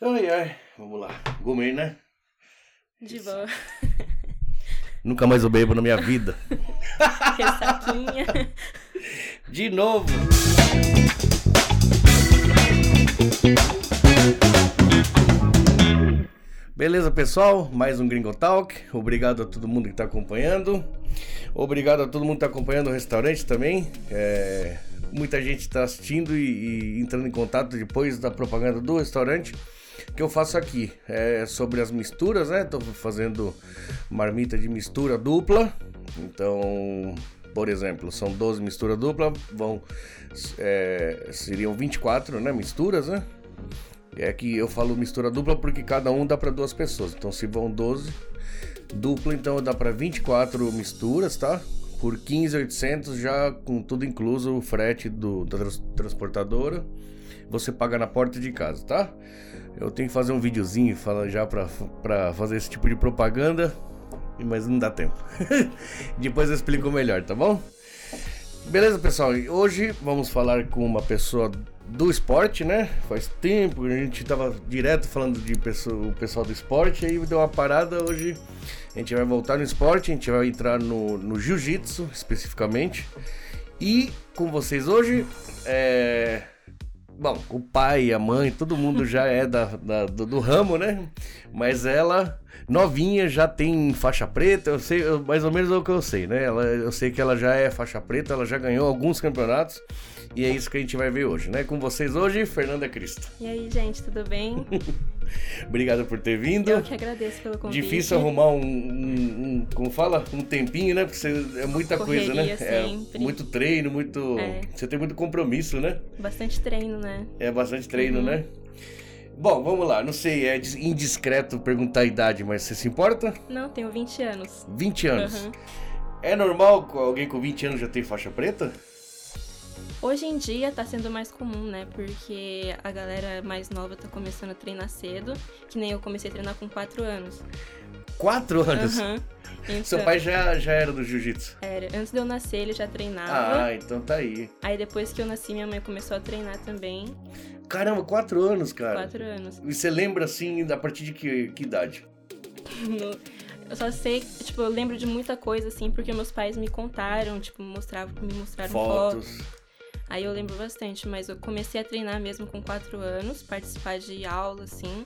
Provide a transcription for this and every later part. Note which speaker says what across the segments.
Speaker 1: Ai, ai, vamos lá. Gourmet, né?
Speaker 2: De boa.
Speaker 1: Nunca mais eu bebo na minha vida.
Speaker 2: Ressaquinha.
Speaker 1: De novo. Beleza, pessoal? Mais um Gringo Talk. Obrigado a todo mundo que está acompanhando. Obrigado a todo mundo que está acompanhando o restaurante também. É, Muita gente está assistindo e, e entrando em contato depois da propaganda do restaurante que eu faço aqui. É sobre as misturas, né? Estou fazendo marmita de mistura dupla. Então, por exemplo, são 12 misturas dupla, vão é, seriam 24, né, misturas, né? É que eu falo mistura dupla porque cada um dá para duas pessoas. Então se vão 12 dupla, então dá para 24 misturas, tá? Por 15.800 já com tudo incluso o frete do, da trans- transportadora. Você paga na porta de casa, tá? Eu tenho que fazer um videozinho fala já pra, pra fazer esse tipo de propaganda, mas não dá tempo. Depois eu explico melhor, tá bom? Beleza, pessoal? E Hoje vamos falar com uma pessoa do esporte, né? Faz tempo que a gente tava direto falando de pessoa, o pessoal do esporte, aí deu uma parada. Hoje a gente vai voltar no esporte, a gente vai entrar no, no jiu-jitsu especificamente. E com vocês hoje é. Bom, o pai, a mãe, todo mundo já é da, da- do, do ramo, né? Mas ela, novinha, já tem faixa preta, eu sei, eu- mais ou menos é o que eu sei, né? Ela, eu sei que ela já é faixa preta, ela já ganhou alguns campeonatos e é isso que a gente vai ver hoje, né? Com vocês hoje, Fernanda Cristo.
Speaker 2: E aí, gente, tudo bem?
Speaker 1: Obrigado por ter vindo.
Speaker 2: Eu que agradeço pelo convite.
Speaker 1: Difícil arrumar um, um- um- como fala? Um tempinho, né? Porque você- é muita
Speaker 2: Correria
Speaker 1: coisa, né? É
Speaker 2: sempre.
Speaker 1: muito treino, muito.
Speaker 2: É.
Speaker 1: Você tem muito compromisso, né?
Speaker 2: Bastante treino, né?
Speaker 1: É bastante treino, né? Bom, vamos lá. Não sei, é dis- indiscreto perguntar a idade, mas você se importa?
Speaker 2: Não, tenho 20 anos.
Speaker 1: 20 anos.
Speaker 2: Aham.
Speaker 1: É normal que alguém com 20 anos já tem faixa preta?
Speaker 2: Hoje em dia tá sendo mais comum, né? Porque a galera mais nova tá começando a treinar cedo, que nem eu comecei a treinar com 4 anos.
Speaker 1: 4 anos?
Speaker 2: Aham. Então,
Speaker 1: Seu pai já, já era do jiu-jitsu?
Speaker 2: era, antes de eu nascer, ele já
Speaker 1: Ah,
Speaker 2: treinava.
Speaker 1: então tá aí.
Speaker 2: Aí depois que eu nasci, minha mãe começou a treinar também,
Speaker 1: Caramba, 4 anos, cara.
Speaker 2: 4 anos.
Speaker 1: E você lembra, assim, a partir de que, que idade?
Speaker 2: No- Eu só sei, tipo, eu lembro de muita coisa, assim, porque meus pais me contaram, tipo, mostravam, me mostraram fotos.
Speaker 1: Fotos.
Speaker 2: Aí eu lembro bastante, mas eu comecei a treinar mesmo com 4 anos, participar de aula, assim,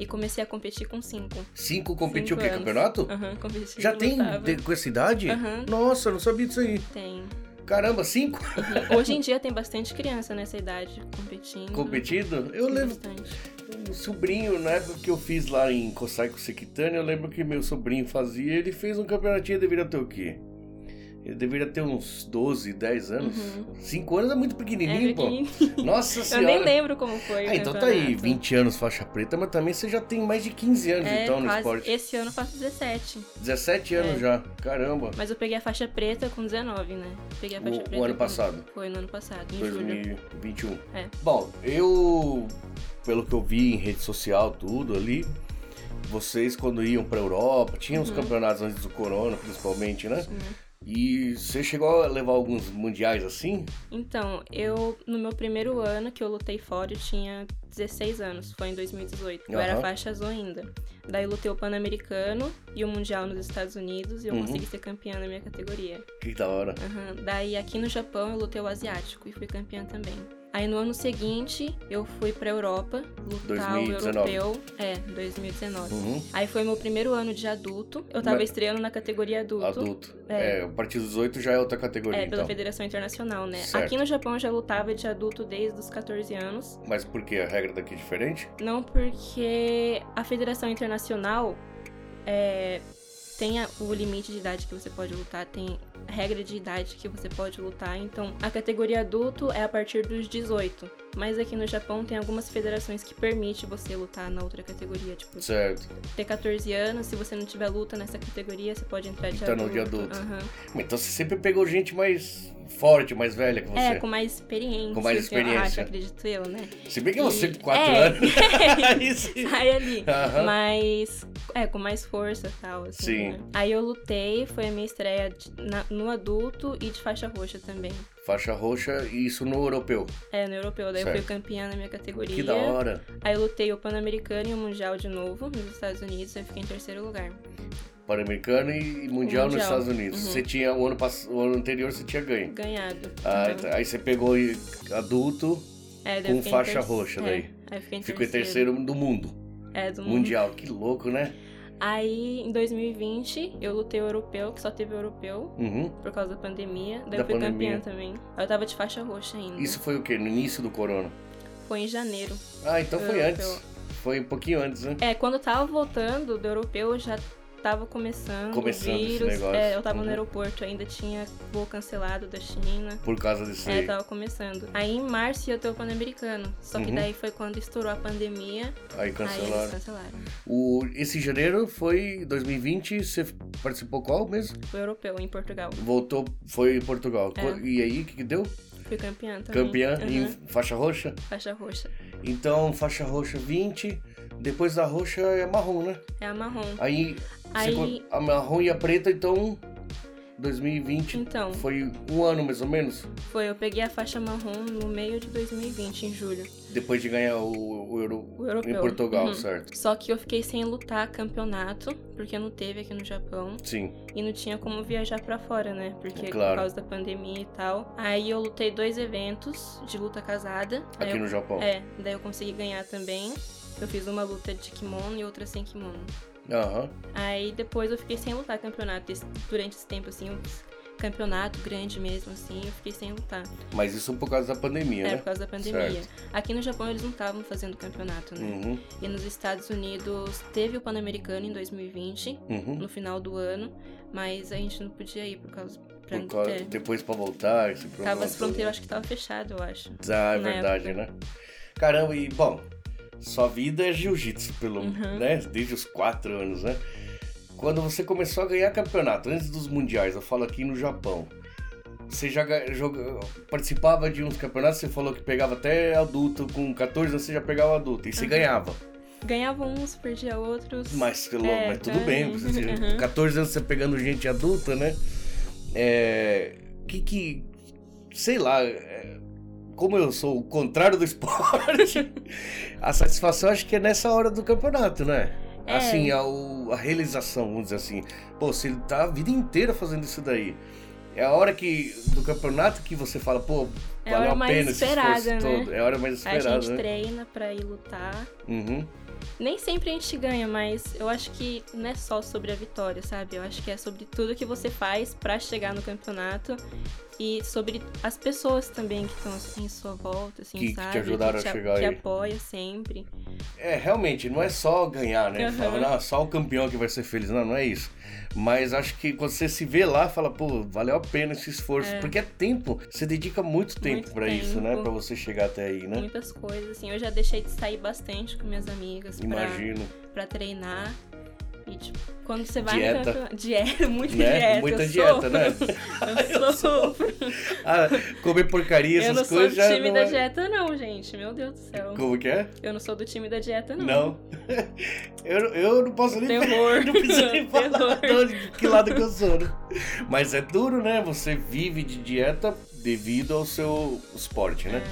Speaker 2: e comecei a competir com 5.
Speaker 1: Cinco competiu o quê? Campeonato?
Speaker 2: Aham, competi.
Speaker 1: Já
Speaker 2: eu
Speaker 1: tem
Speaker 2: Uhum, lutava.
Speaker 1: de- com essa idade?
Speaker 2: Aham.
Speaker 1: Nossa, eu não sabia disso aí.
Speaker 2: Tem.
Speaker 1: Caramba, cinco
Speaker 2: Uhum. Hoje em dia tem bastante criança nessa idade competindo.
Speaker 1: competido? Eu
Speaker 2: Tem
Speaker 1: lembro
Speaker 2: Bastante.
Speaker 1: Um sobrinho, na época que eu fiz lá em Cossaico Sequitânia, eu lembro que meu sobrinho fazia, ele fez um campeonatinho, ele deveria ter o quê? Ele deveria ter uns 12, 10 anos.
Speaker 2: Uhum.
Speaker 1: 5 anos é muito pequenininho,
Speaker 2: É,
Speaker 1: pô.
Speaker 2: pequenininho.
Speaker 1: Nossa
Speaker 2: eu
Speaker 1: senhora.
Speaker 2: nem lembro como foi. o
Speaker 1: Ah, então tá aí,
Speaker 2: campeonato.
Speaker 1: 20 anos faixa preta, mas também você já tem mais de 15 anos
Speaker 2: É,
Speaker 1: então no
Speaker 2: quase-
Speaker 1: esporte.
Speaker 2: Esse ano eu faço 17.
Speaker 1: 17 anos
Speaker 2: É.
Speaker 1: já, caramba.
Speaker 2: Mas eu peguei a faixa preta com 19, né? Peguei a faixa
Speaker 1: O- o
Speaker 2: preta.
Speaker 1: ano
Speaker 2: com-
Speaker 1: passado.
Speaker 2: Foi no ano passado, em julho.
Speaker 1: 2021.
Speaker 2: É.
Speaker 1: Bom, eu, pelo que eu vi em rede social, tudo ali, vocês quando iam pra Europa, tinham
Speaker 2: Uhum.
Speaker 1: os campeonatos antes do Corona, principalmente, né? E você chegou a levar alguns mundiais assim?
Speaker 2: Então, eu, no meu primeiro ano que eu lutei fora, eu tinha 16 anos, foi em 2018. Eu era
Speaker 1: Aham.
Speaker 2: faixa azul ainda. Daí eu lutei o Pan-Americano e o Mundial nos Estados Unidos e eu
Speaker 1: Uhum.
Speaker 2: consegui ser campeã na minha categoria.
Speaker 1: Que da hora.
Speaker 2: Aham. Daí aqui no Japão eu lutei o Asiático e fui campeã também. Aí no ano seguinte eu fui pra Europa lutar
Speaker 1: 2019.
Speaker 2: o europeu. É, 2019.
Speaker 1: Uhum.
Speaker 2: Aí foi meu primeiro ano de adulto. Eu tava
Speaker 1: Mas-
Speaker 2: estreando na categoria adulto.
Speaker 1: Adulto. É.
Speaker 2: É.
Speaker 1: a partir dos 18 já é outra categoria,
Speaker 2: É, pela
Speaker 1: então.
Speaker 2: Federação Internacional, né?
Speaker 1: Certo.
Speaker 2: Aqui no Japão eu já lutava de adulto desde os 14 anos.
Speaker 1: Mas por que a regra daqui é diferente?
Speaker 2: Não porque a Federação Internacional é, tem a- o limite de idade que você pode lutar, tem regra de idade que você pode lutar. Então, a categoria adulto é a partir dos 18. Mas aqui no Japão tem algumas federações que permite você lutar na outra categoria. Tipo,
Speaker 1: Certo.
Speaker 2: ter 14 anos, se você não tiver luta nessa categoria, você pode entrar de
Speaker 1: Entrar no
Speaker 2: adulto.
Speaker 1: de adulto.
Speaker 2: Aham.
Speaker 1: Então você sempre pegou gente mais forte, mais velha que
Speaker 2: É,
Speaker 1: você.
Speaker 2: com mais experiência.
Speaker 1: Com mais
Speaker 2: assim, eu
Speaker 1: experiência.
Speaker 2: acho, acredito eu, né?
Speaker 1: Se bem que você
Speaker 2: E-
Speaker 1: com 4
Speaker 2: é.
Speaker 1: anos. Aí sim.
Speaker 2: Sai ali.
Speaker 1: Aham.
Speaker 2: Mas, é, com mais força e tal, assim.
Speaker 1: Sim.
Speaker 2: né? Aí eu lutei, foi a minha estreia de- na- no adulto e de faixa roxa também.
Speaker 1: Faixa roxa e isso no europeu.
Speaker 2: É, no europeu. Daí eu
Speaker 1: Certo.
Speaker 2: fui campeã na minha categoria.
Speaker 1: Que da hora.
Speaker 2: Aí eu lutei o Pan-Americano e o Mundial de novo nos Estados Unidos. Aí fiquei em terceiro lugar.
Speaker 1: Pan-americano e mundial, nos
Speaker 2: Mundial.
Speaker 1: Estados Unidos.
Speaker 2: Uhum.
Speaker 1: Você tinha o ano, pass... o ano anterior você tinha ganho.
Speaker 2: Ganhado.
Speaker 1: Ah,
Speaker 2: Então,
Speaker 1: tá. Aí você pegou e- adulto,
Speaker 2: é, daí eu
Speaker 1: com
Speaker 2: fiquei em
Speaker 1: faixa
Speaker 2: terce-
Speaker 1: roxa
Speaker 2: é,
Speaker 1: daí.
Speaker 2: Aí eu fiquei em
Speaker 1: ficou em terceiro do mundo.
Speaker 2: É, do mundo.
Speaker 1: Mundial. Que louco, né?
Speaker 2: Aí, em 2020, eu lutei o europeu, que só teve o europeu
Speaker 1: Uhum.
Speaker 2: por causa da pandemia. Daí
Speaker 1: Da
Speaker 2: eu fui
Speaker 1: pandemia.
Speaker 2: campeã também. Aí Eu tava de faixa roxa ainda.
Speaker 1: Isso foi o quê? No início do corona?
Speaker 2: Foi em janeiro.
Speaker 1: Ah, então foi
Speaker 2: Eu-
Speaker 1: antes.
Speaker 2: eu-
Speaker 1: Foi um pouquinho antes, né?
Speaker 2: É, quando eu tava voltando do europeu, eu já tava começando,
Speaker 1: Começando
Speaker 2: o
Speaker 1: esse
Speaker 2: vírus.
Speaker 1: negócio.
Speaker 2: É, eu tava
Speaker 1: Uhum.
Speaker 2: no aeroporto, ainda tinha voo cancelado da China.
Speaker 1: Por causa disso
Speaker 2: É,
Speaker 1: aí.
Speaker 2: tava começando. Aí em março ia ter o Pan-Americano. Só que
Speaker 1: Uhum.
Speaker 2: daí foi quando estourou a pandemia.
Speaker 1: Aí
Speaker 2: Aí eles
Speaker 1: cancelaram.
Speaker 2: cancelaram.
Speaker 1: O, esse janeiro foi 2020, você participou qual mesmo?
Speaker 2: O europeu, em Portugal.
Speaker 1: Voltou, foi em Portugal.
Speaker 2: É.
Speaker 1: Co- E aí, o que, que deu?
Speaker 2: Fui campeã também.
Speaker 1: Campeã
Speaker 2: Uhum,
Speaker 1: em faixa roxa?
Speaker 2: Faixa roxa.
Speaker 1: Então, faixa roxa 20, depois da roxa é marrom, né?
Speaker 2: É a marrom.
Speaker 1: Aí,
Speaker 2: Aí-
Speaker 1: você co- a marrom e a preta, então, 2020
Speaker 2: Então,
Speaker 1: foi um ano mais ou menos,
Speaker 2: foi, eu peguei a faixa marrom no meio de 2020, em julho.
Speaker 1: depois de ganhar o, o Euro
Speaker 2: O europeu.
Speaker 1: em Portugal,
Speaker 2: Uhum.
Speaker 1: certo?
Speaker 2: Só que eu fiquei sem lutar campeonato, porque não teve aqui no Japão.
Speaker 1: Sim,
Speaker 2: E não tinha como viajar pra fora, né? Porque
Speaker 1: Claro.
Speaker 2: por causa da pandemia e tal. Aí eu lutei dois eventos de luta casada. Aí
Speaker 1: aqui
Speaker 2: eu-
Speaker 1: no Japão.
Speaker 2: É, daí eu consegui ganhar também. Eu fiz uma luta de kimono e outra sem kimono.
Speaker 1: Aham.
Speaker 2: Aí depois eu fiquei sem lutar campeonato. Esse- Durante esse tempo, assim, um campeonato grande mesmo, assim, eu fiquei sem lutar.
Speaker 1: Mas isso por causa da pandemia,
Speaker 2: É,
Speaker 1: né?
Speaker 2: por causa da pandemia.
Speaker 1: Certo.
Speaker 2: Aqui no Japão eles não estavam fazendo campeonato, né?
Speaker 1: Uhum,
Speaker 2: E nos Estados Unidos teve o Pan-Americano em 2020,
Speaker 1: uhum.
Speaker 2: no final do ano, mas a gente não podia ir por causa. Pra
Speaker 1: Por
Speaker 2: não
Speaker 1: causa- né?
Speaker 2: ter.
Speaker 1: Depois pra voltar, esse problema.
Speaker 2: Tava as
Speaker 1: todo.
Speaker 2: fronteiras, acho que tava fechado, eu acho.
Speaker 1: Ah, é
Speaker 2: na
Speaker 1: verdade, né? Caramba, e bom, sua vida é jiu-jitsu, pelo
Speaker 2: Uhum.
Speaker 1: né? Desde os quatro anos, né? Quando você começou a ganhar campeonato, antes dos mundiais, eu falo aqui no Japão, você já ga- joga- participava de uns campeonatos, você falou que pegava até adulto, com 14 anos você já pegava adulto, e
Speaker 2: Uhum.
Speaker 1: você ganhava.
Speaker 2: Ganhava uns, perdia outros.
Speaker 1: Mas, pelo-
Speaker 2: É,
Speaker 1: mas tudo
Speaker 2: tá.
Speaker 1: bem, você, você-
Speaker 2: Uhum.
Speaker 1: 14 anos você pegando gente adulta, né? É, que que. Sei lá. é, como eu sou o contrário do esporte, a satisfação acho que é nessa hora do campeonato, né?
Speaker 2: É.
Speaker 1: Assim, a, o- a realização, vamos dizer assim. Pô, você tá a vida inteira fazendo isso daí. É a hora que, do campeonato que você fala, pô,
Speaker 2: É a
Speaker 1: valeu
Speaker 2: hora
Speaker 1: a
Speaker 2: mais
Speaker 1: pena esse esforço
Speaker 2: esperada, né?
Speaker 1: todo. É a hora mais
Speaker 2: Aí a
Speaker 1: esperada,
Speaker 2: gente
Speaker 1: né?
Speaker 2: treina pra ir lutar.
Speaker 1: Uhum.
Speaker 2: Nem sempre a gente ganha, mas eu acho que não é só sobre a vitória, sabe? Eu acho que é sobre tudo que você faz pra chegar no campeonato e sobre as pessoas também que estão em sua volta, assim,
Speaker 1: Que- que te
Speaker 2: sabe?
Speaker 1: ajudaram
Speaker 2: que
Speaker 1: a
Speaker 2: te,
Speaker 1: chegar
Speaker 2: que
Speaker 1: aí.
Speaker 2: apoia sempre.
Speaker 1: É, realmente, não é só ganhar, né?
Speaker 2: Aham.
Speaker 1: Fala, não, só o campeão que vai ser feliz. Não, não é isso. Mas acho que quando você se vê lá, fala, pô, valeu a pena esse esforço. Porque é tempo, você dedica muito tempo
Speaker 2: Muito
Speaker 1: pra isso, né?
Speaker 2: tempo.
Speaker 1: Pra você chegar até aí, né?
Speaker 2: Muitas coisas, assim. Eu já deixei de sair bastante com minhas amigas pra,
Speaker 1: Imagino. Né?
Speaker 2: pra treinar. E, tipo, quando você vai
Speaker 1: Dieta.
Speaker 2: no campeonato... Dieta, muita
Speaker 1: Né?
Speaker 2: dieta.
Speaker 1: Muita
Speaker 2: eu
Speaker 1: dieta,
Speaker 2: sofro.
Speaker 1: né?
Speaker 2: Eu sofro.
Speaker 1: Ah, comer porcaria,
Speaker 2: Eu não
Speaker 1: essas
Speaker 2: sou do
Speaker 1: coisas já.
Speaker 2: time
Speaker 1: não
Speaker 2: da
Speaker 1: é-
Speaker 2: dieta, não, gente. Meu Deus do céu.
Speaker 1: Como que é?
Speaker 2: Eu não sou do time da dieta, não.
Speaker 1: Não. eu, eu não posso nem
Speaker 2: Terror.
Speaker 1: Não precisa nem falar de
Speaker 2: Terror.
Speaker 1: onde- de que lado que eu sou, né? Mas é duro, né? Você vive de dieta devido ao seu esporte, né?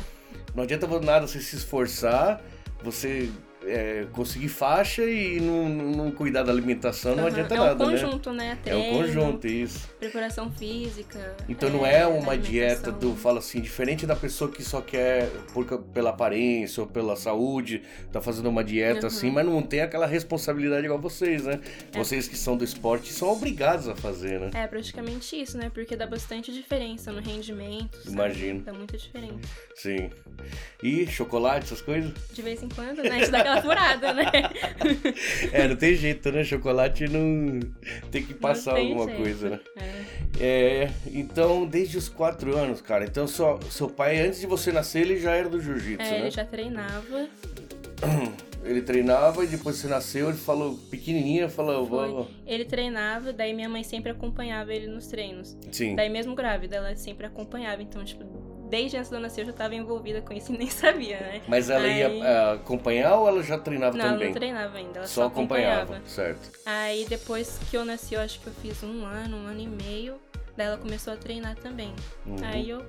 Speaker 1: Não adianta nada você se esforçar, você é, conseguir faixa e não, não cuidar da alimentação, não
Speaker 2: Aham.
Speaker 1: adianta
Speaker 2: é
Speaker 1: nada,
Speaker 2: um
Speaker 1: né?
Speaker 2: conjunto, né?
Speaker 1: É um
Speaker 2: Treino,
Speaker 1: conjunto, isso.
Speaker 2: Preparação física.
Speaker 1: Então não é uma
Speaker 2: alimentação.
Speaker 1: dieta do, fala assim, diferente da pessoa que só quer por, ca- pela aparência ou pela saúde, tá fazendo uma dieta
Speaker 2: Uhum.
Speaker 1: assim, mas não tem aquela responsabilidade igual vocês, né? Vocês que são do esporte são obrigados a fazer, né?
Speaker 2: É praticamente isso, né? Porque dá bastante diferença no rendimento. sabe?
Speaker 1: Imagino.
Speaker 2: Dá muita diferença.
Speaker 1: Sim. E chocolate, essas coisas?
Speaker 2: De vez em quando, né? A gente dá aquela furada, né?
Speaker 1: É, não tem jeito, né? Chocolate não tem que passar
Speaker 2: Não tem
Speaker 1: alguma
Speaker 2: jeito.
Speaker 1: coisa, né?
Speaker 2: É.
Speaker 1: É, então desde os quatro anos, cara. Então sua- seu pai, antes de você nascer, ele já era do jiu-jitsu,
Speaker 2: É,
Speaker 1: né?
Speaker 2: ele já treinava.
Speaker 1: Ele treinava e depois você nasceu, ele falou pequenininha, falou, vamos.
Speaker 2: Ele treinava, daí minha mãe sempre acompanhava ele nos treinos.
Speaker 1: Sim.
Speaker 2: Daí mesmo grávida, ela sempre acompanhava. Então, tipo, desde antes de eu nascer eu já tava envolvida com isso e nem sabia, né?
Speaker 1: Mas ela ia
Speaker 2: Aí-
Speaker 1: ah, acompanhar ou ela já treinava
Speaker 2: não, ela
Speaker 1: também?
Speaker 2: não treinava ainda, ela
Speaker 1: só
Speaker 2: só
Speaker 1: acompanhava, certo.
Speaker 2: Aí depois que eu nasci, eu acho que eu fiz um ano, um ano e meio. Daí ela começou a treinar também.
Speaker 1: Uhum.
Speaker 2: Aí eu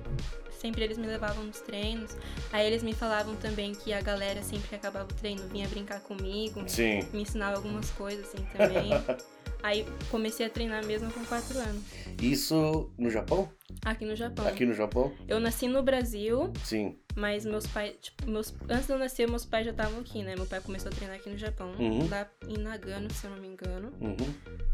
Speaker 2: sempre eles me levavam nos treinos. Aí eles me falavam também que a galera sempre que acabava o treino vinha brincar comigo,
Speaker 1: Sim.
Speaker 2: me ensinava algumas coisas assim também. Aí comecei a treinar mesmo com 4 anos,
Speaker 1: Isso no Japão?
Speaker 2: aqui no Japão.
Speaker 1: Aqui no Japão?
Speaker 2: Eu nasci no Brasil,
Speaker 1: Sim.
Speaker 2: mas meus pais, tipo, meus antes de eu nascer, meus pais já estavam aqui, né? Meu pai começou a treinar aqui no Japão,
Speaker 1: Uhum.
Speaker 2: lá em Nagano, se eu não me engano.
Speaker 1: Uhum.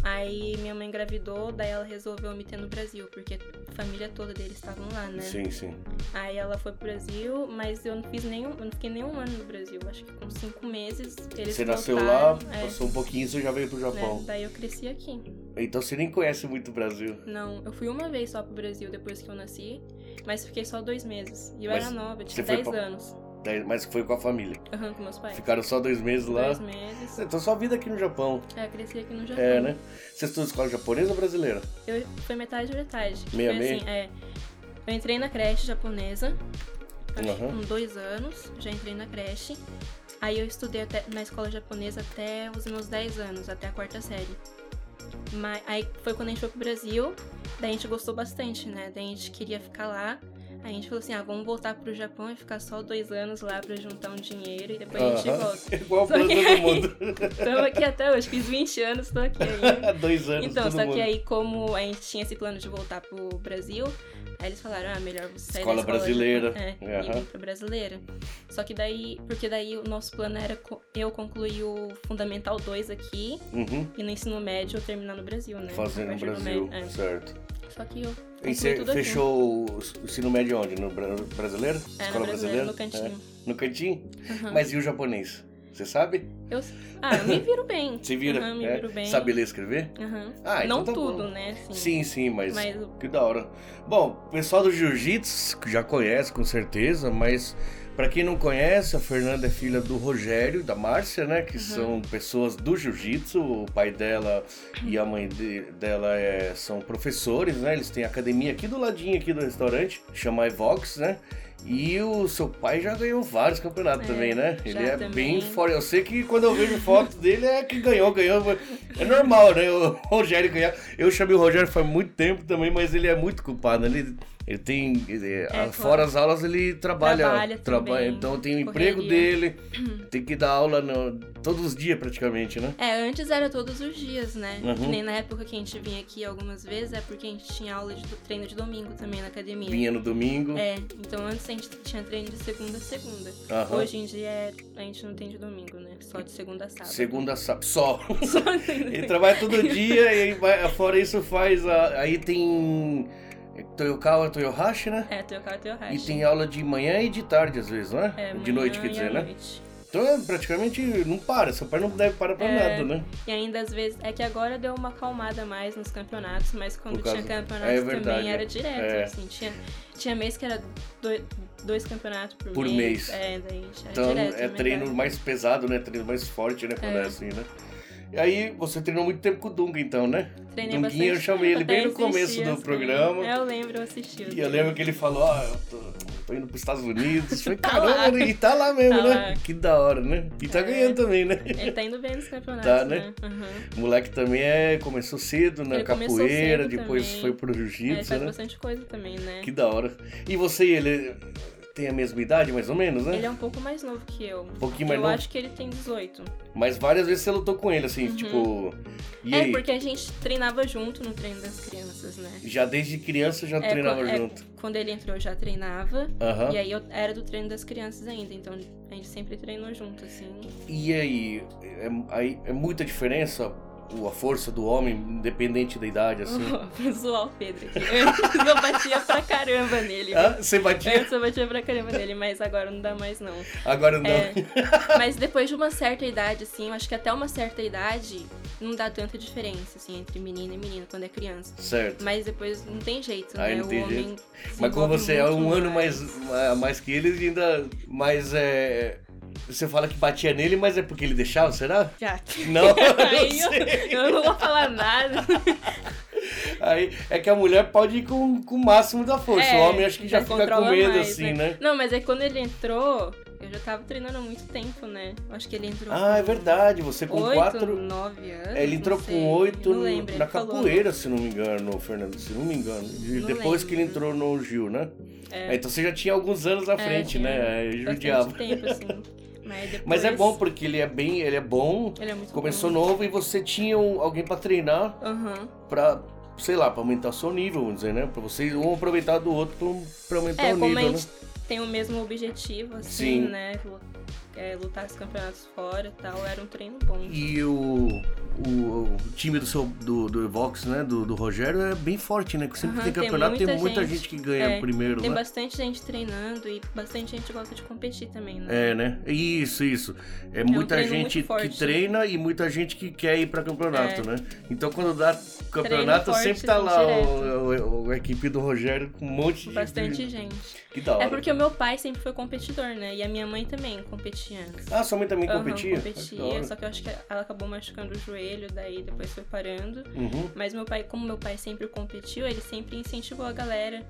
Speaker 2: Aí minha mãe engravidou, daí ela resolveu me ter no Brasil, porque a família toda deles estavam lá, né?
Speaker 1: Sim, sim.
Speaker 2: Aí ela foi pro Brasil, mas eu não fiz nenhum, eu não fiquei nenhum ano no Brasil. Acho que com cinco meses eles
Speaker 1: você nasceu lá,
Speaker 2: voltaram, é,
Speaker 1: passou um pouquinho, você já veio pro
Speaker 2: né?
Speaker 1: Japão.
Speaker 2: Daí eu cresci aqui.
Speaker 1: Então você nem conhece muito o Brasil.
Speaker 2: Não, eu fui uma vez só pro Brasil depois que eu nasci, mas fiquei só dois meses. E eu
Speaker 1: Mas
Speaker 2: era nova, eu
Speaker 1: você
Speaker 2: tinha
Speaker 1: foi
Speaker 2: 10
Speaker 1: pra-
Speaker 2: anos.
Speaker 1: Daí- né? Mas foi com a família.
Speaker 2: Aham, com meus pais.
Speaker 1: Ficaram só dois meses lá.
Speaker 2: Dois meses.
Speaker 1: Então só vida aqui no Japão.
Speaker 2: É, eu cresci aqui no Japão.
Speaker 1: É, né? Você estudou escola japonesa ou brasileira?
Speaker 2: Eu, foi metade metade. que
Speaker 1: Meia,
Speaker 2: foi
Speaker 1: meia?
Speaker 2: assim, é. Eu entrei na creche japonesa, acho que
Speaker 1: Aham.
Speaker 2: com dois anos, já entrei na creche. Aí eu estudei até- na escola japonesa até os meus 10 anos, até a quarta série. Mas, aí foi quando a gente foi pro Brasil, daí a gente gostou bastante, né? Daí a gente queria ficar lá. Aí a gente falou assim, ah, vamos voltar pro Japão e ficar só dois anos lá pra juntar um dinheiro e depois a gente
Speaker 1: Aham.
Speaker 2: volta.
Speaker 1: Igual
Speaker 2: Só
Speaker 1: pra
Speaker 2: que
Speaker 1: todo
Speaker 2: aí-
Speaker 1: mundo.
Speaker 2: Estamos aqui até hoje, fiz 20 anos, tô aqui ainda.
Speaker 1: dois anos,
Speaker 2: Então,
Speaker 1: todo
Speaker 2: só
Speaker 1: mundo.
Speaker 2: que aí, como a gente tinha esse plano de voltar pro Brasil, aí eles falaram, ah, melhor você sair
Speaker 1: Escola
Speaker 2: da escola
Speaker 1: brasileira.
Speaker 2: de- É, e
Speaker 1: Aham.
Speaker 2: vir pra brasileira. Só que daí, porque daí o nosso plano era co- eu concluir o Fundamental 2 aqui
Speaker 1: Uhum.
Speaker 2: e no ensino médio eu terminar no Brasil, né? A
Speaker 1: Fazendo no
Speaker 2: partir do
Speaker 1: Brasil,
Speaker 2: médio-
Speaker 1: certo.
Speaker 2: é. Só que eu
Speaker 1: E
Speaker 2: concluí
Speaker 1: você
Speaker 2: tudo aqui.
Speaker 1: fechou o s- o ensino médio onde? No bra- brasileiro?
Speaker 2: É,
Speaker 1: escola
Speaker 2: no brasileiro,
Speaker 1: brasileira?
Speaker 2: no cantinho.
Speaker 1: É. No cantinho?
Speaker 2: Aham.
Speaker 1: Mas e o japonês? Você sabe?
Speaker 2: Eu, ah, eu me viro bem.
Speaker 1: Você vira?
Speaker 2: Aham, me
Speaker 1: é?
Speaker 2: viro bem.
Speaker 1: Sabe ler e escrever?
Speaker 2: Aham.
Speaker 1: Ah, então
Speaker 2: Não
Speaker 1: tá
Speaker 2: tudo,
Speaker 1: bom.
Speaker 2: né? Assim,
Speaker 1: Sim, sim, mas...
Speaker 2: Mas
Speaker 1: Que da hora. Bom, o pessoal do Jiu-Jitsu que já conhece com certeza, mas pra quem não conhece, a Fernanda é filha do Rogério e da Márcia, né?
Speaker 2: Uhum.
Speaker 1: Que são pessoas do Jiu-Jitsu. O pai dela e a mãe de- dela é- são professores, né? Eles têm academia aqui do ladinho aqui do restaurante, chama Evox, né? E o seu pai já ganhou vários campeonatos
Speaker 2: É,
Speaker 1: também, né?
Speaker 2: já
Speaker 1: Ele é
Speaker 2: também.
Speaker 1: bem fora. Eu sei que quando eu vejo foto dele é que ganhou, ganhou. É normal, né? O Rogério ganhar. Eu chamei o Rogério faz muito tempo também, mas ele é muito culpado. Ele, ele tem. ele-
Speaker 2: É, claro.
Speaker 1: Fora as aulas, ele trabalha.
Speaker 2: Trabalha também,
Speaker 1: então tem o
Speaker 2: correria.
Speaker 1: emprego dele, tem que dar aula no- todos os dias praticamente, né?
Speaker 2: É, antes era todos os dias, né?
Speaker 1: Uhum.
Speaker 2: Que nem na época que a gente vinha aqui algumas vezes, é porque a gente tinha aula de do- treino de domingo também na academia.
Speaker 1: Vinha no domingo.
Speaker 2: É, então antes a gente tinha treino de segunda a segunda.
Speaker 1: aham.
Speaker 2: Hoje em dia é- a gente não tem de domingo, né? Só de segunda a sábado.
Speaker 1: Segunda sábado. Só. ele trabalha todo dia e ele vai- fora isso faz. a- aí tem. Toyokawa, Toyohashi, né?
Speaker 2: É, teu carro, teu
Speaker 1: E
Speaker 2: resto.
Speaker 1: tem aula de manhã e de tarde, às vezes, não é?
Speaker 2: É,
Speaker 1: de noite,
Speaker 2: manhã
Speaker 1: quer
Speaker 2: e
Speaker 1: dizer,
Speaker 2: à
Speaker 1: né?
Speaker 2: noite.
Speaker 1: Então é, praticamente não para, seu pai não deve parar pra
Speaker 2: É,
Speaker 1: nada, né?
Speaker 2: E ainda às vezes. É que agora deu uma acalmada mais nos campeonatos, mas quando
Speaker 1: Por causa-
Speaker 2: tinha campeonato
Speaker 1: é verdade,
Speaker 2: também
Speaker 1: né?
Speaker 2: era direto.
Speaker 1: É.
Speaker 2: Assim, tinha, tinha mês que era dois, dois campeonatos por,
Speaker 1: Por mês.
Speaker 2: É, daí a gente era
Speaker 1: Então
Speaker 2: direto.
Speaker 1: é
Speaker 2: né,
Speaker 1: treino
Speaker 2: cara?
Speaker 1: mais pesado, né? Treino mais forte, né? Quando é,
Speaker 2: É.
Speaker 1: assim, né? E aí você treinou muito tempo com o Dunga, então, né?
Speaker 2: Treinei
Speaker 1: Dunguinha,
Speaker 2: bastante.
Speaker 1: eu chamei ele bem
Speaker 2: É,
Speaker 1: no começo
Speaker 2: esses
Speaker 1: do
Speaker 2: dias
Speaker 1: programa.
Speaker 2: também. É, eu lembro, eu assisti.
Speaker 1: E eu lembro que ele falou, ó, eu tô, tô indo pros Estados Unidos. Foi
Speaker 2: Tá
Speaker 1: caramba,
Speaker 2: lá.
Speaker 1: ele tá lá mesmo,
Speaker 2: Tá
Speaker 1: né?
Speaker 2: lá.
Speaker 1: Que da hora, né? E tá
Speaker 2: É.
Speaker 1: ganhando também, né?
Speaker 2: Ele tá indo bem nos campeonatos,
Speaker 1: Tá, né?
Speaker 2: né? Aham.
Speaker 1: O moleque também é, começou cedo na
Speaker 2: Ele começou
Speaker 1: capoeira,
Speaker 2: cedo
Speaker 1: depois
Speaker 2: também.
Speaker 1: foi pro
Speaker 2: É, ele
Speaker 1: jiu-jitsu,
Speaker 2: faz
Speaker 1: né?
Speaker 2: bastante coisa também, né?
Speaker 1: Que da hora. E você e ele tem a mesma idade, mais ou menos, né?
Speaker 2: Ele é um pouco mais novo que eu. Um
Speaker 1: pouquinho mais
Speaker 2: eu
Speaker 1: novo.
Speaker 2: acho que ele tem 18.
Speaker 1: Mas várias vezes você lutou com ele, assim, tipo. E
Speaker 2: é,
Speaker 1: aí?
Speaker 2: porque a gente treinava junto no treino das crianças, né?
Speaker 1: Já desde criança já
Speaker 2: É,
Speaker 1: treinava
Speaker 2: quan- é,
Speaker 1: junto.
Speaker 2: quando ele entrou, eu já treinava.
Speaker 1: Aham.
Speaker 2: E aí eu era do treino das crianças ainda, então a gente sempre treinou junto, assim.
Speaker 1: E aí? É, aí, é muita diferença o- a força do homem, independente da idade, assim?
Speaker 2: Vou zoar o Pedro aqui. Antes eu batia pra caramba nele.
Speaker 1: Hã? Você batia?
Speaker 2: Antes eu batia pra caramba nele, mas agora não dá mais, não.
Speaker 1: Agora não.
Speaker 2: É. Mas depois de uma certa idade, assim, eu acho que até uma certa idade não dá tanta diferença, assim, entre menino e menino quando é criança.
Speaker 1: Certo.
Speaker 2: Mas depois não tem jeito,
Speaker 1: Aí
Speaker 2: né?
Speaker 1: não tem
Speaker 2: o homem.
Speaker 1: jeito. Mas como
Speaker 2: desenvolve
Speaker 1: você é
Speaker 2: muito
Speaker 1: um ano mais, a mais que ele, ainda. Mas é. Você fala que batia nele, mas é porque ele deixava, será?
Speaker 2: Já.
Speaker 1: Não, eu não
Speaker 2: Aí eu,
Speaker 1: sei.
Speaker 2: eu não vou falar nada.
Speaker 1: Aí é que a mulher pode ir com, com o máximo da força.
Speaker 2: É,
Speaker 1: o homem acho que já, fica com
Speaker 2: controla
Speaker 1: medo,
Speaker 2: mais,
Speaker 1: assim, né?
Speaker 2: Não, mas é que quando ele entrou, eu eu já tava treinando há muito tempo, né? Eu acho que ele entrou.
Speaker 1: Ah, é verdade, você com
Speaker 2: Oito,
Speaker 1: quatro.
Speaker 2: nove anos.
Speaker 1: É, ele entrou
Speaker 2: não sei,
Speaker 1: com oito
Speaker 2: não
Speaker 1: no-
Speaker 2: lembro,
Speaker 1: na
Speaker 2: ele falou.
Speaker 1: capoeira, se não me engano, Fernando, se não me engano. E
Speaker 2: Não
Speaker 1: depois
Speaker 2: lembro.
Speaker 1: que ele entrou no Gil, né? É, então você já tinha alguns anos à
Speaker 2: É,
Speaker 1: frente,
Speaker 2: tinha
Speaker 1: né? É,
Speaker 2: bastante
Speaker 1: judiava.
Speaker 2: tempo, assim. Mas, depois,
Speaker 1: Mas é bom porque ele é bem, ele é bom,
Speaker 2: Ele é muito
Speaker 1: começou
Speaker 2: bom.
Speaker 1: novo e você tinha um- alguém pra treinar
Speaker 2: Aham.
Speaker 1: pra, sei lá, pra aumentar seu nível, vamos dizer, né? Pra vocês um aproveitar do outro pra- pra aumentar
Speaker 2: É,
Speaker 1: o
Speaker 2: como
Speaker 1: nível,
Speaker 2: a
Speaker 1: né?
Speaker 2: gente tem o mesmo objetivo, assim,
Speaker 1: Sim.
Speaker 2: né? lu- é, lutar os campeonatos fora e tal, era um treino bom.
Speaker 1: E o, o, o time do, seu, do, do Evox, né? Do, do Rogério é bem forte, né? Que sempre
Speaker 2: Aham,
Speaker 1: tem
Speaker 2: tem
Speaker 1: campeonato, tem
Speaker 2: muita
Speaker 1: muita gente,
Speaker 2: gente.
Speaker 1: que ganha
Speaker 2: É,
Speaker 1: primeiro,
Speaker 2: Tem
Speaker 1: né?
Speaker 2: bastante gente treinando e bastante gente gosta de competir também, né?
Speaker 1: É, né? Isso, isso. É, muita
Speaker 2: um treino muito
Speaker 1: gente que
Speaker 2: forte. É.
Speaker 1: treina e muita gente que quer ir pra campeonato, né? Então quando dá campeonato,
Speaker 2: forte, né,
Speaker 1: sempre tá lá
Speaker 2: direto.
Speaker 1: o, o- o- a equipe do Rogério com um monte de.
Speaker 2: Bastante
Speaker 1: de...
Speaker 2: gente.
Speaker 1: Que da hora.
Speaker 2: É porque o meu pai sempre foi competidor, né? E a minha mãe também competia antes.
Speaker 1: Ah, sua mãe também
Speaker 2: Aham,
Speaker 1: competia? Ah, que da
Speaker 2: competia,
Speaker 1: hora.
Speaker 2: só que eu acho que ela acabou machucando o joelho, daí depois foi parando.
Speaker 1: Uhum.
Speaker 2: Mas meu pai, como meu pai sempre competiu, ele sempre incentivou a galera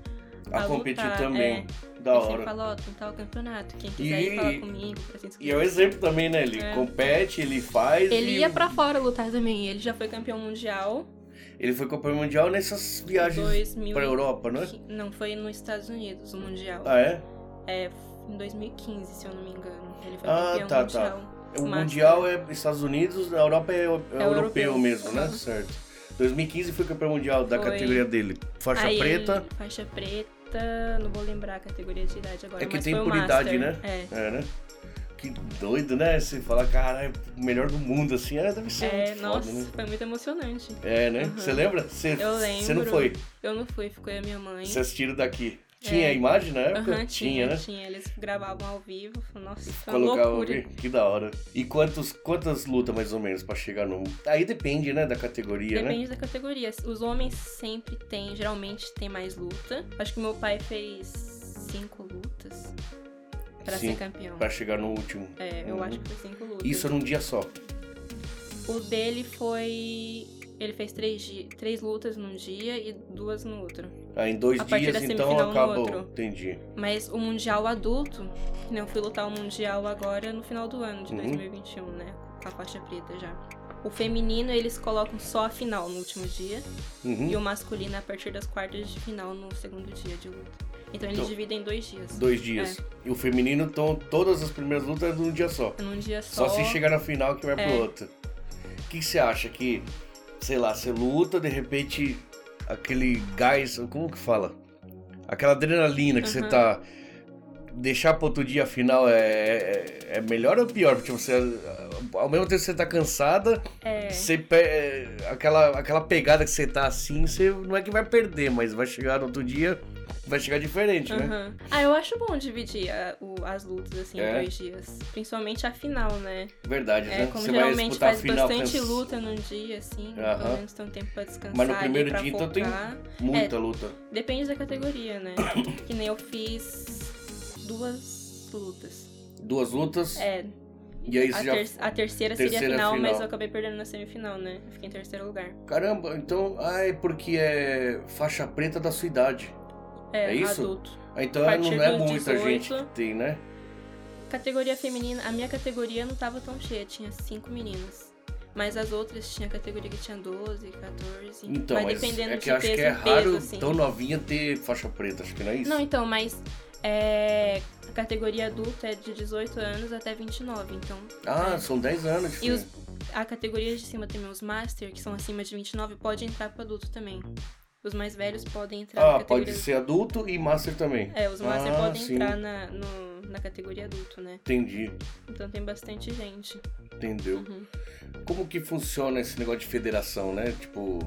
Speaker 1: A
Speaker 2: a é,
Speaker 1: competir
Speaker 2: lutar,
Speaker 1: também. Da
Speaker 2: Ele
Speaker 1: hora.
Speaker 2: sempre falou, ó, tem tal campeonato, quem quiser
Speaker 1: E-
Speaker 2: ir falar comigo, pra
Speaker 1: E é o
Speaker 2: se inscrever.
Speaker 1: exemplo também, né? Ele
Speaker 2: É.
Speaker 1: compete, ele faz.
Speaker 2: Ele
Speaker 1: e
Speaker 2: ia pra fora lutar também, ele já foi campeão mundial
Speaker 1: Ele foi campeão mundial nessas
Speaker 2: em
Speaker 1: viagens
Speaker 2: 2000...
Speaker 1: pra Europa, né?
Speaker 2: Não, foi nos Estados Unidos, o mundial.
Speaker 1: Ah, é?
Speaker 2: É, em 2015, se eu não me engano. Ele foi
Speaker 1: Ah,
Speaker 2: campeão
Speaker 1: tá, tá.
Speaker 2: mundial.
Speaker 1: O
Speaker 2: Master.
Speaker 1: mundial é Estados Unidos, a Europa é, é europeu,
Speaker 2: europeu.
Speaker 1: mesmo, né?
Speaker 2: Uhum.
Speaker 1: Certo. 2015 foi campeão mundial da
Speaker 2: Foi.
Speaker 1: categoria dele. Faixa
Speaker 2: Aí,
Speaker 1: preta.
Speaker 2: Faixa preta, não vou lembrar a categoria de idade agora,
Speaker 1: É que
Speaker 2: mas
Speaker 1: tem
Speaker 2: foi o
Speaker 1: por idade,
Speaker 2: Master.
Speaker 1: né?
Speaker 2: É.
Speaker 1: É, né? Que doido, né? Você fala, caralho, o melhor do mundo, assim. É, deve ser
Speaker 2: É,
Speaker 1: muito
Speaker 2: nossa,
Speaker 1: foda, né?
Speaker 2: foi muito emocionante.
Speaker 1: É, né?
Speaker 2: Uhum.
Speaker 1: Você lembra? Você,
Speaker 2: Eu
Speaker 1: Você não
Speaker 2: lembro.
Speaker 1: foi.
Speaker 2: Eu não fui, ficou eu e a minha mãe.
Speaker 1: Você assistiram daqui.
Speaker 2: É.
Speaker 1: Tinha a imagem na época?
Speaker 2: Aham, tinha,
Speaker 1: né?
Speaker 2: tinha. Eles gravavam ao vivo. Nossa, foi uma
Speaker 1: Colocar o
Speaker 2: loucura.
Speaker 1: Que da hora. E quantos, quantas lutas mais ou menos pra chegar no. Aí depende, né? Da categoria, né?
Speaker 2: Depende da categoria. Os homens sempre têm, geralmente tem mais luta. Acho que meu pai fez cinco lutas pra
Speaker 1: Sim,
Speaker 2: ser campeão.
Speaker 1: Pra chegar no último.
Speaker 2: É, eu
Speaker 1: Uhum.
Speaker 2: acho que foi cinco lutas.
Speaker 1: Isso num dia só.
Speaker 2: O dele foi. Ele fez três, di- três lutas num dia e duas no outro.
Speaker 1: Ah, em dois
Speaker 2: A partir
Speaker 1: dias,
Speaker 2: da
Speaker 1: então
Speaker 2: semifinal no
Speaker 1: acabou.
Speaker 2: outro.
Speaker 1: Entendi.
Speaker 2: Mas o Mundial adulto, que nem eu fui lutar o Mundial agora no final do ano de
Speaker 1: Uhum.
Speaker 2: 2021, né? Com a faixa preta já. O feminino eles colocam só a final no último dia
Speaker 1: Uhum.
Speaker 2: e o masculino é a partir das quartas de final no segundo dia de luta. Então eles
Speaker 1: Então-
Speaker 2: dividem em dois dias.
Speaker 1: Dois dias.
Speaker 2: É.
Speaker 1: E o feminino, então, todas as primeiras lutas é num dia só.
Speaker 2: Num dia
Speaker 1: Só,
Speaker 2: só. É.
Speaker 1: se chegar na final que vai pro outro. O que que você acha que, sei lá, você luta, de repente, aquele gás, como que fala? Aquela adrenalina que você
Speaker 2: Aham.
Speaker 1: tá. Deixar pro outro dia a final é, é, é melhor ou pior? Porque você. Ao mesmo tempo que você tá cansada,
Speaker 2: É.
Speaker 1: você pe- é, aquela, aquela pegada que você tá assim, você não é que vai perder, mas vai chegar no outro dia, vai chegar diferente, né?
Speaker 2: Aham. Ah, eu acho bom dividir a- o- as lutas assim
Speaker 1: É.
Speaker 2: em dois dias. Principalmente a final, né?
Speaker 1: Verdade,
Speaker 2: É,
Speaker 1: né?
Speaker 2: como
Speaker 1: você vai
Speaker 2: geralmente
Speaker 1: disputar a
Speaker 2: faz
Speaker 1: final
Speaker 2: bastante
Speaker 1: cansa-
Speaker 2: luta num dia, assim.
Speaker 1: Aham.
Speaker 2: Pelo menos tem um tempo pra descansar.
Speaker 1: Mas no
Speaker 2: e
Speaker 1: primeiro
Speaker 2: pra
Speaker 1: dia, então, tem-
Speaker 2: focar.
Speaker 1: Muita luta.
Speaker 2: Depende da categoria, né? que nem eu fiz duas lutas.
Speaker 1: Duas lutas.
Speaker 2: É,
Speaker 1: E aí
Speaker 2: a,
Speaker 1: você já.
Speaker 2: ter- a terceira seria a
Speaker 1: Terceira
Speaker 2: final,
Speaker 1: final.
Speaker 2: mas eu acabei perdendo na semifinal, né? Eu fiquei em terceiro lugar.
Speaker 1: Caramba, então. Ah, é porque é faixa preta da sua idade.
Speaker 2: É,
Speaker 1: É isso?
Speaker 2: adulto.
Speaker 1: Ah, Então
Speaker 2: A partir
Speaker 1: não é
Speaker 2: dos
Speaker 1: muita
Speaker 2: 18.
Speaker 1: gente que tem, né?
Speaker 2: Categoria feminina, a minha categoria não tava tão cheia, tinha cinco meninas. Mas as outras tinha categoria que tinha 12, 14.
Speaker 1: Então,
Speaker 2: vai
Speaker 1: mas
Speaker 2: dependendo
Speaker 1: é
Speaker 2: de
Speaker 1: que eu
Speaker 2: peso,
Speaker 1: acho que é
Speaker 2: peso,
Speaker 1: raro
Speaker 2: assim.
Speaker 1: tão novinha ter faixa preta, acho que não é isso?
Speaker 2: Não, então, mas é, a categoria adulta é de 18 anos até 29, então.
Speaker 1: ah,
Speaker 2: é.
Speaker 1: são 10 anos.
Speaker 2: E
Speaker 1: filho.
Speaker 2: os, a categoria de cima também, os Master, que são acima de 29, pode entrar pro adulto também. Os mais velhos podem entrar na
Speaker 1: Ah,
Speaker 2: categoria.
Speaker 1: pode ser adulto e master também.
Speaker 2: É, os Master
Speaker 1: Ah,
Speaker 2: podem
Speaker 1: sim.
Speaker 2: entrar na, no- na categoria adulto, né?
Speaker 1: Entendi,
Speaker 2: Então tem bastante gente.
Speaker 1: entendeu?
Speaker 2: Uhum.
Speaker 1: Como que funciona esse negócio de federação, né? Tipo.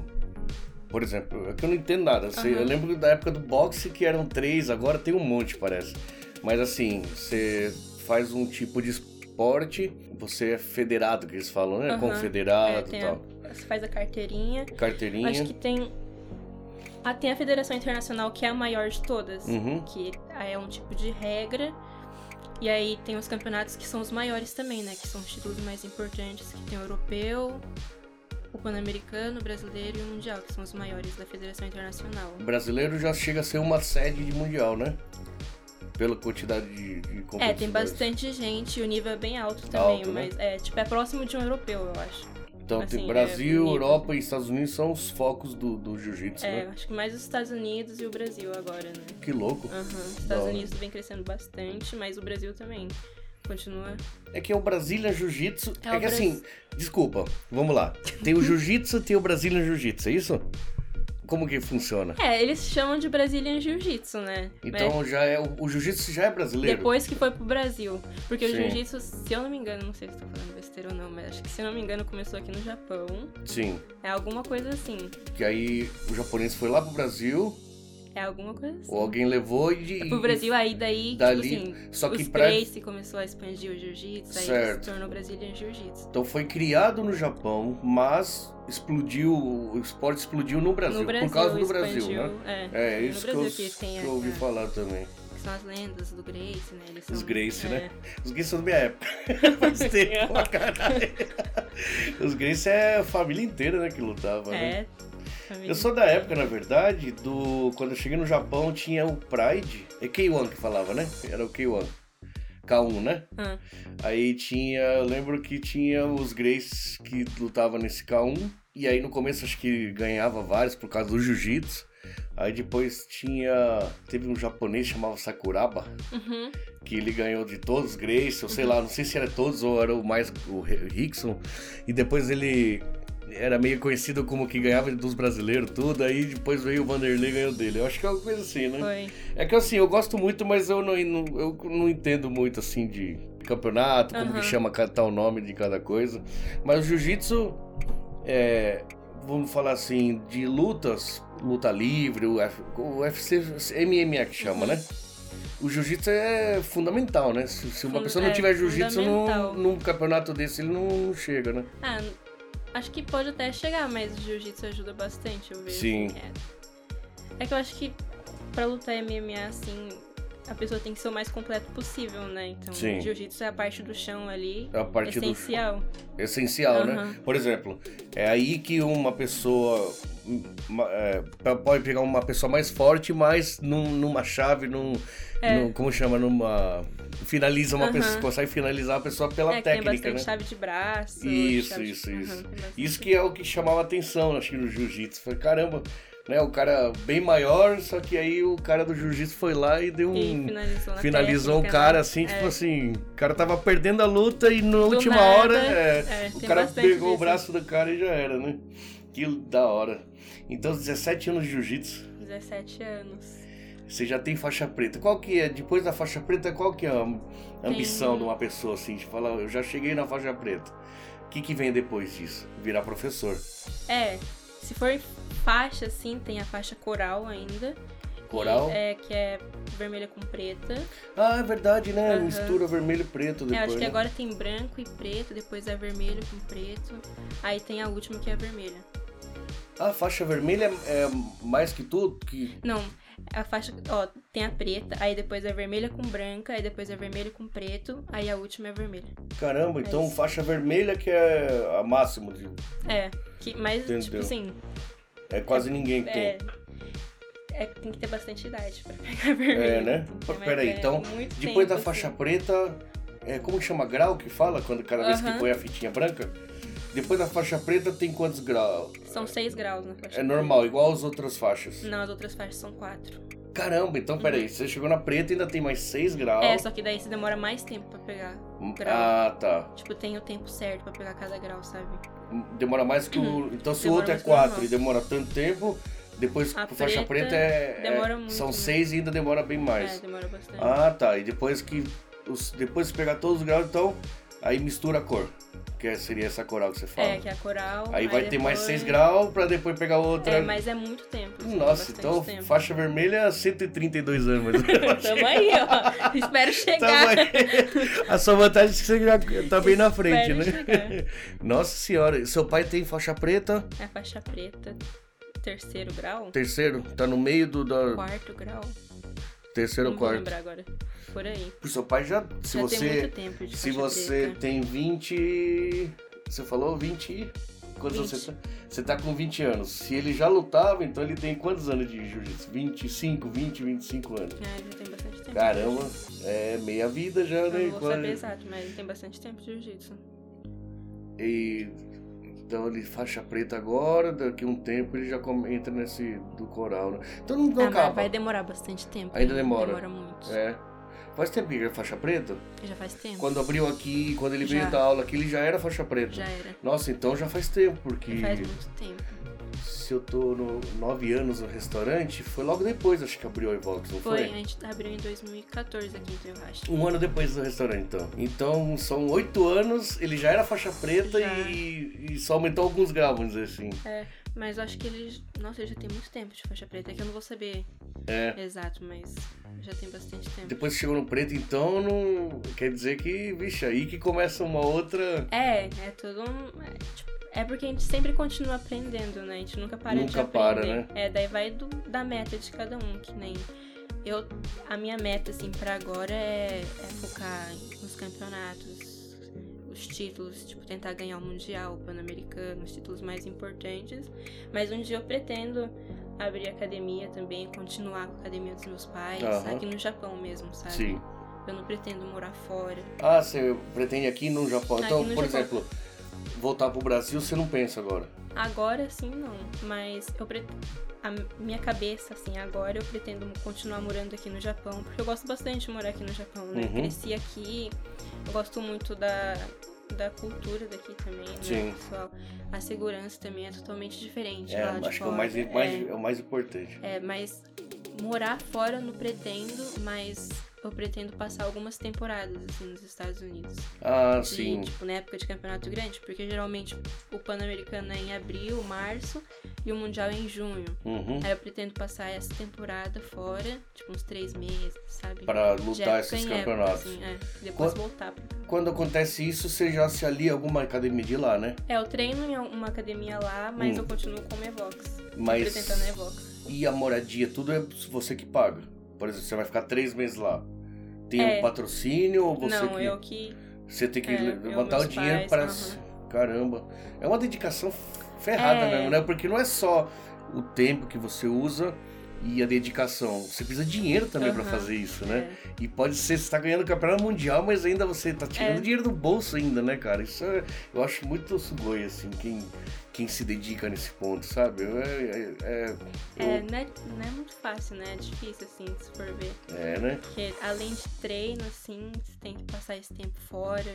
Speaker 1: Por exemplo, é que eu não entendo nada. Assim,
Speaker 2: Aham.
Speaker 1: Eu lembro da época do boxe que eram três, agora tem um monte, parece. Mas assim, você faz um tipo de esporte, você é federado, que eles falam, né?
Speaker 2: Aham. É,
Speaker 1: Confederado e
Speaker 2: tem a-
Speaker 1: tal.
Speaker 2: você faz a carteirinha.
Speaker 1: Carteirinha.
Speaker 2: Acho que tem. Ah, tem a Federação Internacional, que é a maior de todas.
Speaker 1: Uhum.
Speaker 2: que é um tipo de regra. E aí tem os campeonatos que são os maiores também, né? Que são os títulos mais importantes, que tem o europeu, o pan-americano, o brasileiro e o mundial, que são os maiores da Federação Internacional.
Speaker 1: O brasileiro já chega a ser uma sede de mundial, né? pela quantidade de, de
Speaker 2: É, tem
Speaker 1: competidores.
Speaker 2: bastante gente, o nível é bem alto também,
Speaker 1: Alto, né?
Speaker 2: mas é, tipo, é próximo de um europeu, eu acho.
Speaker 1: Então tem
Speaker 2: assim,
Speaker 1: Brasil,
Speaker 2: é, nível.
Speaker 1: Europa e Estados Unidos são os focos do, do jiu-jitsu,
Speaker 2: É,
Speaker 1: né?
Speaker 2: acho que mais os Estados Unidos e o Brasil agora, né?
Speaker 1: Que louco.
Speaker 2: Aham. Os
Speaker 1: Da
Speaker 2: Estados
Speaker 1: hora.
Speaker 2: Unidos vem crescendo bastante, mas o Brasil também continua.
Speaker 1: É que é o Brasília Jiu-Jitsu.
Speaker 2: É
Speaker 1: É,
Speaker 2: o
Speaker 1: que
Speaker 2: Bras-
Speaker 1: assim, desculpa, vamos lá. Tem o Jiu-Jitsu tem o Brasília Jiu-Jitsu, é isso? Como que funciona?
Speaker 2: É, eles chamam de Brazilian Jiu-Jitsu, né? Mas
Speaker 1: Então já é. O o Jiu-Jitsu já é brasileiro.
Speaker 2: depois que foi pro Brasil. Porque
Speaker 1: Sim.
Speaker 2: o Jiu-Jitsu, se eu não me engano, não sei se tô falando besteira ou não, mas acho que se eu não me engano começou aqui no Japão.
Speaker 1: Sim.
Speaker 2: É alguma coisa assim.
Speaker 1: Que aí o japonês foi lá pro Brasil,
Speaker 2: É alguma coisa assim.
Speaker 1: ou alguém levou e.
Speaker 2: Pro Brasil, aí daí,
Speaker 1: Dali,
Speaker 2: tipo assim,
Speaker 1: Só que
Speaker 2: os
Speaker 1: pra.
Speaker 2: Gracie começou a expandir o jiu-jitsu, aí ele se
Speaker 1: Certo.
Speaker 2: tornou Brazilian Jiu-Jitsu.
Speaker 1: Então foi criado no Japão, mas explodiu. O esporte explodiu no Brasil.
Speaker 2: no Brasil,
Speaker 1: por causa do
Speaker 2: expandiu,
Speaker 1: Brasil, né?
Speaker 2: é,
Speaker 1: É,
Speaker 2: No
Speaker 1: isso que eu,
Speaker 2: Brasil que tem
Speaker 1: que eu ouvi
Speaker 2: essa-
Speaker 1: falar também.
Speaker 2: que são as lendas do Gracie, né? Eles são,
Speaker 1: Os Gracie,
Speaker 2: é,
Speaker 1: né? Os gays são da minha época. Faz tempo pra caralho. Os gays é a família inteira, né, que lutava, né?
Speaker 2: É. Família.
Speaker 1: Eu sou da época, na verdade, do. Quando eu cheguei no Japão tinha o Pride. É K1 que falava, né? Era o K1. K1, né?
Speaker 2: Ah.
Speaker 1: Aí tinha. Eu lembro que tinha os Grays que lutavam nesse K1. E aí no começo acho que ganhava vários por causa do Jiu-Jitsu. Aí depois tinha. Teve um japonês que chamava Sakuraba
Speaker 2: Uhum.
Speaker 1: que ele ganhou de todos os Grace, ou sei lá, não sei se era todos ou era o mais o Re- Rickson. E depois ele era meio conhecido como que ganhava dos brasileiros tudo, aí depois veio o Vanderlei e ganhou dele. Eu acho que é uma coisa assim, né?
Speaker 2: Foi.
Speaker 1: É que assim, eu gosto muito, mas eu não, não- eu não entendo muito assim de campeonato, como
Speaker 2: Aham.
Speaker 1: que chama cada- tal nome de cada coisa. Mas o jiu-jitsu é, Vamos falar assim, de lutas, luta livre, o, F- o UFC, MMA que chama, né? O jiu-jitsu é fundamental, né? Se, se uma
Speaker 2: Fun-
Speaker 1: pessoa não
Speaker 2: é,
Speaker 1: tiver jiu-jitsu num,
Speaker 2: fundamental.
Speaker 1: num campeonato desse, ele não chega, né?
Speaker 2: Ah, n- acho que pode até chegar, mas o jiu-jitsu ajuda bastante, eu vejo.
Speaker 1: Sim.
Speaker 2: assim, é. É que eu acho que pra lutar MMA, assim, a pessoa tem que ser o mais completo possível, né? Então,
Speaker 1: Sim.
Speaker 2: jiu-jitsu é a parte do chão ali.
Speaker 1: A parte do
Speaker 2: essencial.
Speaker 1: essencial,
Speaker 2: Aham.
Speaker 1: né? Por exemplo, é aí que uma pessoa hum, ma- é, p- pode pegar uma pessoa mais forte, mas num- numa chave, num,
Speaker 2: É.
Speaker 1: num- como chama, numa finaliza uma
Speaker 2: Aham.
Speaker 1: pessoa, consegue finalizar a pessoa pela
Speaker 2: é, que tem
Speaker 1: técnica,
Speaker 2: bastante
Speaker 1: né?
Speaker 2: chave de braço.
Speaker 1: Isso,
Speaker 2: chave de-
Speaker 1: isso,
Speaker 2: Aham,
Speaker 1: isso.
Speaker 2: tem bastante.
Speaker 1: Isso que é o que chamava atenção, né, acho que no jiu-jitsu, foi caramba, né? O cara bem maior, só que aí o cara do jiu-jitsu foi lá e deu
Speaker 2: E
Speaker 1: um
Speaker 2: finalizou na
Speaker 1: Finalizou
Speaker 2: técnica,
Speaker 1: o cara
Speaker 2: né?
Speaker 1: assim,
Speaker 2: É.
Speaker 1: tipo assim, o cara tava perdendo a luta e na
Speaker 2: Do
Speaker 1: última
Speaker 2: nada,
Speaker 1: hora é,
Speaker 2: é,
Speaker 1: o
Speaker 2: tem
Speaker 1: cara
Speaker 2: bastante
Speaker 1: pegou o
Speaker 2: disso.
Speaker 1: braço do cara e já era, né? Que da hora. Então, 17 anos de jiu-jitsu,
Speaker 2: 17 anos.
Speaker 1: você já tem faixa preta. Qual que é, depois da faixa preta, qual que é a am- ambição
Speaker 2: Tem- um
Speaker 1: de uma pessoa assim, de falar, eu já cheguei na faixa preta. O que, que vem depois disso? Virar professor.
Speaker 2: É, se for em faixa, sim, tem a faixa coral ainda.
Speaker 1: Coral?
Speaker 2: Que é, que é vermelha com preta.
Speaker 1: Ah, é verdade, né?
Speaker 2: Aham.
Speaker 1: Mistura vermelho e preto
Speaker 2: É,
Speaker 1: depois.
Speaker 2: acho que
Speaker 1: né?
Speaker 2: agora tem branco e preto, depois é vermelho com preto. Aí tem a última que é vermelha.
Speaker 1: Ah, faixa vermelha é, é mais que tudo? Que...
Speaker 2: Não, a faixa, ó, tem a preta, aí depois é vermelha com branca, aí depois é vermelho com preto, aí a última é vermelha.
Speaker 1: Caramba,
Speaker 2: É
Speaker 1: então
Speaker 2: isso.
Speaker 1: faixa vermelha que é a máxima, de-
Speaker 2: É, que, mas tipo
Speaker 1: Entendeu.
Speaker 2: assim,
Speaker 1: é quase ninguém que tem.
Speaker 2: é, é, tem que ter bastante idade pra pegar vermelho.
Speaker 1: É, né?
Speaker 2: Tem que ter mais-
Speaker 1: Peraí,
Speaker 2: é,
Speaker 1: então,
Speaker 2: muito
Speaker 1: Depois da
Speaker 2: tempo,
Speaker 1: faixa
Speaker 2: assim.
Speaker 1: preta, é, como chama grau que fala quando cada vez que
Speaker 2: Aham.
Speaker 1: põe a fitinha branca? Depois da faixa preta tem quantos graus?
Speaker 2: São 6 graus na faixa
Speaker 1: É
Speaker 2: preta.
Speaker 1: normal, igual as outras faixas.
Speaker 2: Não, as outras faixas são quatro.
Speaker 1: Caramba, então peraí, você chegou na preta e ainda tem mais 6 graus.
Speaker 2: Uhum. É, só que daí você demora mais tempo pra pegar. grau.
Speaker 1: Ah, tá.
Speaker 2: Tipo, tem o tempo certo pra pegar cada grau, sabe?
Speaker 1: Demora mais que o. Então se
Speaker 2: Uhum. Demora
Speaker 1: o outro é
Speaker 2: mais que o
Speaker 1: 4
Speaker 2: normal.
Speaker 1: e demora tanto tempo, depois
Speaker 2: A
Speaker 1: com faixa
Speaker 2: preta
Speaker 1: preta é. é-
Speaker 2: demora muito,
Speaker 1: São
Speaker 2: né?
Speaker 1: 6 e ainda demora bem mais.
Speaker 2: É, demora bastante.
Speaker 1: Ah, tá. E depois que. os- depois que pegar todos os graus, então. Aí mistura a cor. Que é, seria essa coral que você fala.
Speaker 2: é, que é a coral.
Speaker 1: Aí vai ter mais
Speaker 2: depois-
Speaker 1: 6 graus pra depois pegar outra.
Speaker 2: É, mas é muito tempo. assim,
Speaker 1: Nossa,
Speaker 2: bastante
Speaker 1: então
Speaker 2: tempo.
Speaker 1: faixa vermelha 132 anos. mais ou menos.
Speaker 2: Tamo aí, ó. Espero
Speaker 1: Tá
Speaker 2: chegar.
Speaker 1: bom. a sua vantagem é que você já tá bem na frente,
Speaker 2: Espero
Speaker 1: né? Nossa senhora, e seu pai tem faixa preta,
Speaker 2: É a faixa preta, terceiro grau,
Speaker 1: terceiro, tá no meio do da-
Speaker 2: quarto grau.
Speaker 1: terceiro
Speaker 2: não vou
Speaker 1: quarto.
Speaker 2: lembrar agora. Por aí.
Speaker 1: Pro seu pai já, se
Speaker 2: Já tem
Speaker 1: você
Speaker 2: muito tempo de
Speaker 1: se
Speaker 2: faixa
Speaker 1: você
Speaker 2: preta.
Speaker 1: tem 20, você falou 20, e- quantos anos
Speaker 2: 20.
Speaker 1: você tá? Você tá com 20 anos. Se ele já lutava, então ele tem quantos anos de jiu-jitsu? 25, 20, 25 anos.
Speaker 2: É, já tem bastante tempo.
Speaker 1: Caramba, é meia vida já, né?
Speaker 2: Não vou saber
Speaker 1: Quase.
Speaker 2: exato, mas tem bastante tempo de jiu-jitsu.
Speaker 1: Então E então ele faixa preta agora, daqui a um tempo ele já come- entra nesse do coral, né? Então não, não
Speaker 2: Ah, mas
Speaker 1: acaba.
Speaker 2: vai demorar bastante tempo.
Speaker 1: Ainda
Speaker 2: hein?
Speaker 1: demora.
Speaker 2: Demora muito.
Speaker 1: É. Faz tempo que ele é faixa preta?
Speaker 2: Já faz tempo?
Speaker 1: Quando abriu aqui, quando ele veio
Speaker 2: Já.
Speaker 1: da aula aqui, ele já era faixa preta.
Speaker 2: Já era.
Speaker 1: Nossa, então já faz tempo, porque
Speaker 2: Faz muito tempo.
Speaker 1: se eu tô no nove anos no restaurante, foi logo depois acho que abriu a Evox, não
Speaker 2: Foi, né? a gente abriu em 2014 aqui então, em Toyohashi.
Speaker 1: Um ano depois do restaurante, então. Então, são oito anos, ele já era faixa preta
Speaker 2: Já.
Speaker 1: e, e só aumentou alguns graus, vamos dizer assim.
Speaker 2: Mas acho que eles. Nossa, ele já tem muito tempo de faixa preta, que eu não vou saber
Speaker 1: É.
Speaker 2: exato, mas já tem bastante tempo.
Speaker 1: Depois que chegou no preto, então, não... quer dizer que, bicho, aí que começa uma outra...
Speaker 2: É, é tudo um. É, tipo, é porque a gente sempre continua aprendendo, né? A gente nunca para de
Speaker 1: Nunca
Speaker 2: aprender.
Speaker 1: para, né?
Speaker 2: É, daí vai do- da meta de cada um, que nem. Eu, a minha meta, assim, pra agora é, é focar em- nos campeonatos, os títulos, tipo, tentar ganhar o Mundial, o Pan-Americano, os títulos mais importantes. Mas um dia eu pretendo abrir academia também, continuar com a academia dos meus pais,
Speaker 1: Aham.
Speaker 2: aqui no Japão mesmo, sabe?
Speaker 1: Sim.
Speaker 2: Eu não pretendo morar fora.
Speaker 1: Ah, você pretende aqui no Japão.
Speaker 2: Aqui
Speaker 1: Então,
Speaker 2: no
Speaker 1: por
Speaker 2: Japão.
Speaker 1: exemplo, voltar pro Brasil, você não pensa agora.
Speaker 2: Agora sim não, mas eu pre- a minha cabeça assim, agora eu pretendo continuar morando aqui no Japão, porque eu gosto bastante de morar aqui no Japão, né?
Speaker 1: Uhum.
Speaker 2: Cresci aqui, eu gosto muito da da cultura daqui também, né,
Speaker 1: Sim.
Speaker 2: pessoal? A segurança também é totalmente diferente
Speaker 1: É,
Speaker 2: lá de
Speaker 1: acho que é
Speaker 2: fora.
Speaker 1: o mais,
Speaker 2: é,
Speaker 1: mais- é o mais importante.
Speaker 2: é, mas morar fora eu não pretendo, mas eu pretendo passar algumas temporadas assim nos Estados Unidos
Speaker 1: Ah,
Speaker 2: de,
Speaker 1: sim.
Speaker 2: tipo, na época de campeonato grande, porque geralmente o Pan-Americano é em abril, março e o Mundial é em junho.
Speaker 1: Uhum.
Speaker 2: Aí eu pretendo passar essa temporada fora, tipo, uns três meses, sabe?
Speaker 1: Pra
Speaker 2: De
Speaker 1: lutar
Speaker 2: época
Speaker 1: esses
Speaker 2: em época,
Speaker 1: campeonatos.
Speaker 2: assim, é. Depois
Speaker 1: Qua-
Speaker 2: voltar. pra-
Speaker 1: Quando acontece isso, você já se alia a alguma academia de lá, né?
Speaker 2: É, eu treino em uma academia lá, mas
Speaker 1: Hum.
Speaker 2: eu continuo com a Evox.
Speaker 1: Mas
Speaker 2: Representando a Evox.
Speaker 1: e a moradia, tudo é você que paga. Por exemplo, você vai ficar três meses lá. Tem
Speaker 2: É.
Speaker 1: um patrocínio ou você
Speaker 2: Não,
Speaker 1: que
Speaker 2: eu que.
Speaker 1: você tem que
Speaker 2: é, eu,
Speaker 1: levantar o
Speaker 2: meus
Speaker 1: dinheiro
Speaker 2: pais,
Speaker 1: para
Speaker 2: aham.
Speaker 1: caramba. É uma dedicação ferrada
Speaker 2: É.
Speaker 1: mesmo, né? Porque não é só o tempo que você usa e a dedicação. Você precisa de dinheiro também pra
Speaker 2: Aham,
Speaker 1: fazer isso, né?
Speaker 2: é.
Speaker 1: E pode ser, você tá ganhando o campeonato mundial, mas ainda você tá tirando
Speaker 2: É.
Speaker 1: dinheiro do bolso ainda, né, cara? Isso é- eu acho muito sugoi, assim, quem, quem se dedica nesse ponto, sabe? Eu- É, é, eu-
Speaker 2: É, não é, não é muito fácil, né? É difícil, assim, se for ver.
Speaker 1: é, né?
Speaker 2: Porque além de treino, assim, você tem que passar esse tempo fora,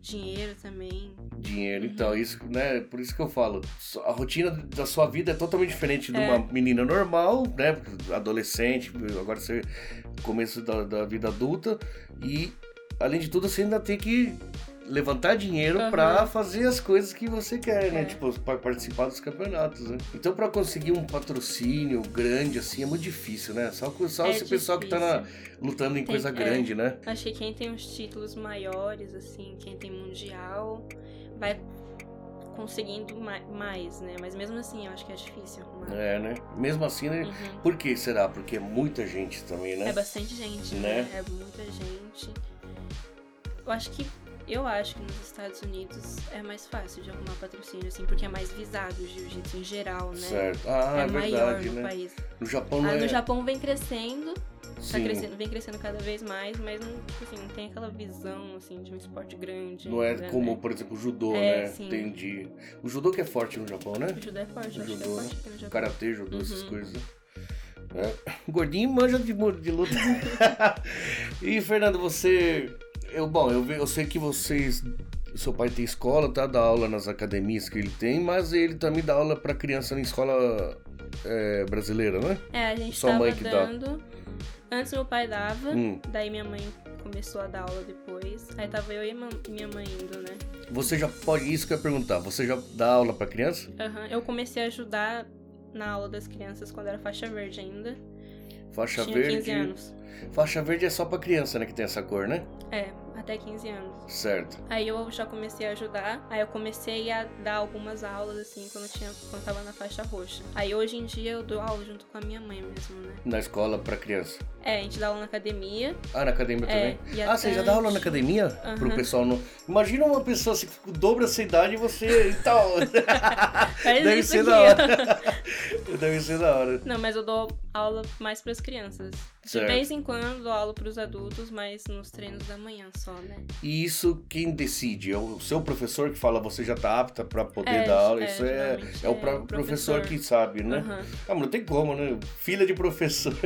Speaker 2: dinheiro também.
Speaker 1: Dinheiro, então, isso, né? Por isso que eu falo, so- a rotina da sua vida é totalmente diferente de uma menina normal, né? Adolescente, agora você começo da, da vida adulta, e além de tudo, você ainda tem que levantar dinheiro
Speaker 2: Aham.
Speaker 1: pra fazer as coisas que você quer, né?
Speaker 2: É.
Speaker 1: Tipo, pra participar dos campeonatos, né? Então, pra conseguir um patrocínio grande assim é muito difícil, né? Só, com- só
Speaker 2: É
Speaker 1: esse pessoal que tá na- lutando em
Speaker 2: Tem-
Speaker 1: coisa
Speaker 2: é.
Speaker 1: grande, né?
Speaker 2: Acho que quem tem os títulos maiores, assim, quem tem mundial, vai conseguindo ma- mais, né? Mas mesmo assim, eu acho que é difícil arrumar.
Speaker 1: É, né? Mesmo assim, né?
Speaker 2: Uhum.
Speaker 1: Por que será? Porque é muita gente também, né?
Speaker 2: É bastante gente, né? É muita gente. Eu acho que. Eu acho que nos Estados Unidos é mais fácil de arrumar patrocínio, assim, porque é mais visado o jiu-jitsu em geral, né?
Speaker 1: Certo. Ah,
Speaker 2: É,
Speaker 1: é,
Speaker 2: maior
Speaker 1: verdade,
Speaker 2: no
Speaker 1: né?
Speaker 2: país.
Speaker 1: No Japão não
Speaker 2: Ah,
Speaker 1: é. assim,
Speaker 2: no Japão vem crescendo, tá
Speaker 1: Sim,
Speaker 2: crescendo, vem crescendo cada vez mais, mas não, tipo assim, não tem aquela visão assim de um esporte grande.
Speaker 1: Não é
Speaker 2: ainda,
Speaker 1: como,
Speaker 2: né?
Speaker 1: por exemplo, o judô,
Speaker 2: É,
Speaker 1: né?
Speaker 2: sim.
Speaker 1: Entendi. O judô que é forte no Japão, né?
Speaker 2: O judô é forte, eu acho que é
Speaker 1: Judô, né?
Speaker 2: forte aqui no Japão.
Speaker 1: Karatê, judô, essas
Speaker 2: Uhum.
Speaker 1: coisas. É. O Gordinho manja de, mu- de luta. e, Fernando, você. Eu, bom, eu, ve- eu sei que vocês. Seu pai tem escola, tá? Dá aula nas academias que ele tem, mas ele também dá aula pra criança em escola é, brasileira, né?
Speaker 2: É, a gente
Speaker 1: Sua
Speaker 2: tava
Speaker 1: mãe que dá.
Speaker 2: dando. Antes meu pai dava,
Speaker 1: Hum.
Speaker 2: daí minha mãe começou a dar aula depois. Aí tava eu e ma- minha mãe indo, né?
Speaker 1: Você já pode. Isso que eu ia perguntar. Você já dá aula pra criança?
Speaker 2: Aham, Eu comecei a ajudar na aula das crianças quando era faixa verde ainda.
Speaker 1: Faixa
Speaker 2: Tinha
Speaker 1: verde.
Speaker 2: 15 anos.
Speaker 1: Faixa verde é só pra criança, né? Que tem essa cor, né?
Speaker 2: É, até 15 anos.
Speaker 1: Certo.
Speaker 2: Aí eu já comecei a ajudar, aí eu comecei a dar algumas aulas assim quando tinha quando tava na faixa roxa. Aí hoje em dia eu dou aula junto com a minha mãe mesmo, né?
Speaker 1: Na escola pra criança.
Speaker 2: É, a gente dá aula na academia.
Speaker 1: Ah, na academia
Speaker 2: É,
Speaker 1: também?
Speaker 2: e à
Speaker 1: Ah, você já dá aula na
Speaker 2: tarde-
Speaker 1: academia? Pro
Speaker 2: Aham.
Speaker 1: pessoal não. Imagina uma tipo, pessoa assim, que dobra essa idade e você. e tal.
Speaker 2: Faz
Speaker 1: Deve
Speaker 2: isso
Speaker 1: ser
Speaker 2: aqui,
Speaker 1: da hora.
Speaker 2: ó.
Speaker 1: Deve ser da hora.
Speaker 2: Não, mas eu dou aula mais pras crianças. De
Speaker 1: Certo.
Speaker 2: vez em quando dou aula pros adultos, mas nos treinos da manhã só, né?
Speaker 1: E isso quem decide? É o seu professor que fala você já tá apta pra poder
Speaker 2: É,
Speaker 1: dar aula?
Speaker 2: é,
Speaker 1: isso é,
Speaker 2: geralmente
Speaker 1: é o
Speaker 2: é
Speaker 1: próprio
Speaker 2: o
Speaker 1: professor,
Speaker 2: professor.
Speaker 1: que sabe, né?
Speaker 2: Aham.
Speaker 1: Ah, mas não tem como, né? Filha de professor.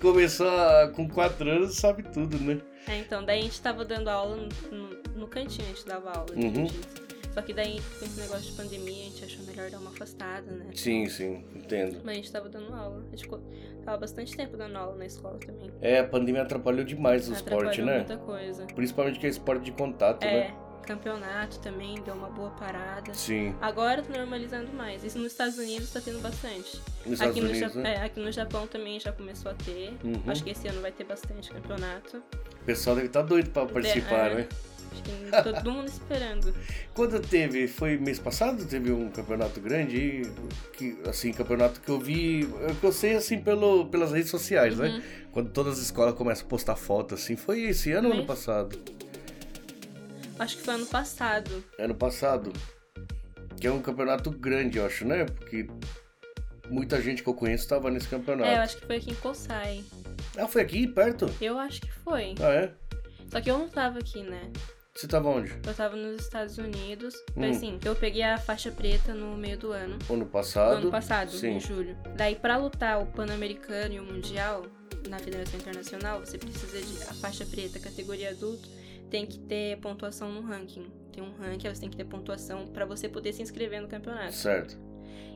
Speaker 1: Começou a- com quatro anos, sabe tudo, né?
Speaker 2: É, então, daí a gente tava dando aula no, no- no cantinho, a gente dava aula.
Speaker 1: Uhum.
Speaker 2: todos os dias. Só que daí, com esse negócio de pandemia, a gente achou melhor dar uma afastada, né?
Speaker 1: Sim, sim, entendo.
Speaker 2: Mas a gente tava dando aula. A gente ficou, tava bastante tempo dando aula na escola também.
Speaker 1: É, a pandemia atrapalhou demais o esporte,
Speaker 2: Atrapalhou
Speaker 1: né?
Speaker 2: muita coisa.
Speaker 1: Principalmente que é esporte de contato,
Speaker 2: É,
Speaker 1: né?
Speaker 2: campeonato também deu uma boa parada.
Speaker 1: Sim.
Speaker 2: Agora tá normalizando mais. Isso nos Estados Unidos tá tendo bastante.
Speaker 1: Nos Estados
Speaker 2: Aqui no,
Speaker 1: Unidos,
Speaker 2: Ja-
Speaker 1: né?
Speaker 2: é, aqui no Japão também já começou a ter.
Speaker 1: Uhum.
Speaker 2: Acho que esse ano vai ter bastante campeonato.
Speaker 1: O pessoal deve estar doido pra participar,
Speaker 2: é.
Speaker 1: né?
Speaker 2: Acho que todo mundo esperando.
Speaker 1: Quando teve, foi mês passado, teve um campeonato grande, aí, que, assim, campeonato que eu vi, é, que eu sei assim pelo, pelas redes sociais, né?
Speaker 2: Uhum.
Speaker 1: Quando todas as escolas começam a postar foto assim, foi esse ano ou ano
Speaker 2: Mês?
Speaker 1: passado?
Speaker 2: Acho que foi ano passado.
Speaker 1: Ano passado. Que é um campeonato grande, eu acho, né? Porque muita gente que eu conheço estava nesse campeonato.
Speaker 2: É, eu acho que foi aqui em Kosai.
Speaker 1: Ah, foi aqui perto?
Speaker 2: Eu acho que foi.
Speaker 1: Ah, é?
Speaker 2: Só que eu não tava aqui, né?
Speaker 1: Você tava onde?
Speaker 2: Eu tava nos Estados Unidos.
Speaker 1: Hum.
Speaker 2: Foi assim, eu peguei a faixa preta no meio do ano.
Speaker 1: Ano
Speaker 2: do
Speaker 1: passado?
Speaker 2: ano passado,
Speaker 1: Sim.
Speaker 2: em julho. Daí, pra lutar o Pan-Americano e o Mundial na Federação Internacional, você precisa de a faixa preta, categoria adulto, tem que ter pontuação no ranking. Tem um ranking, você tem que ter pontuação pra você poder se inscrever no campeonato.
Speaker 1: Certo.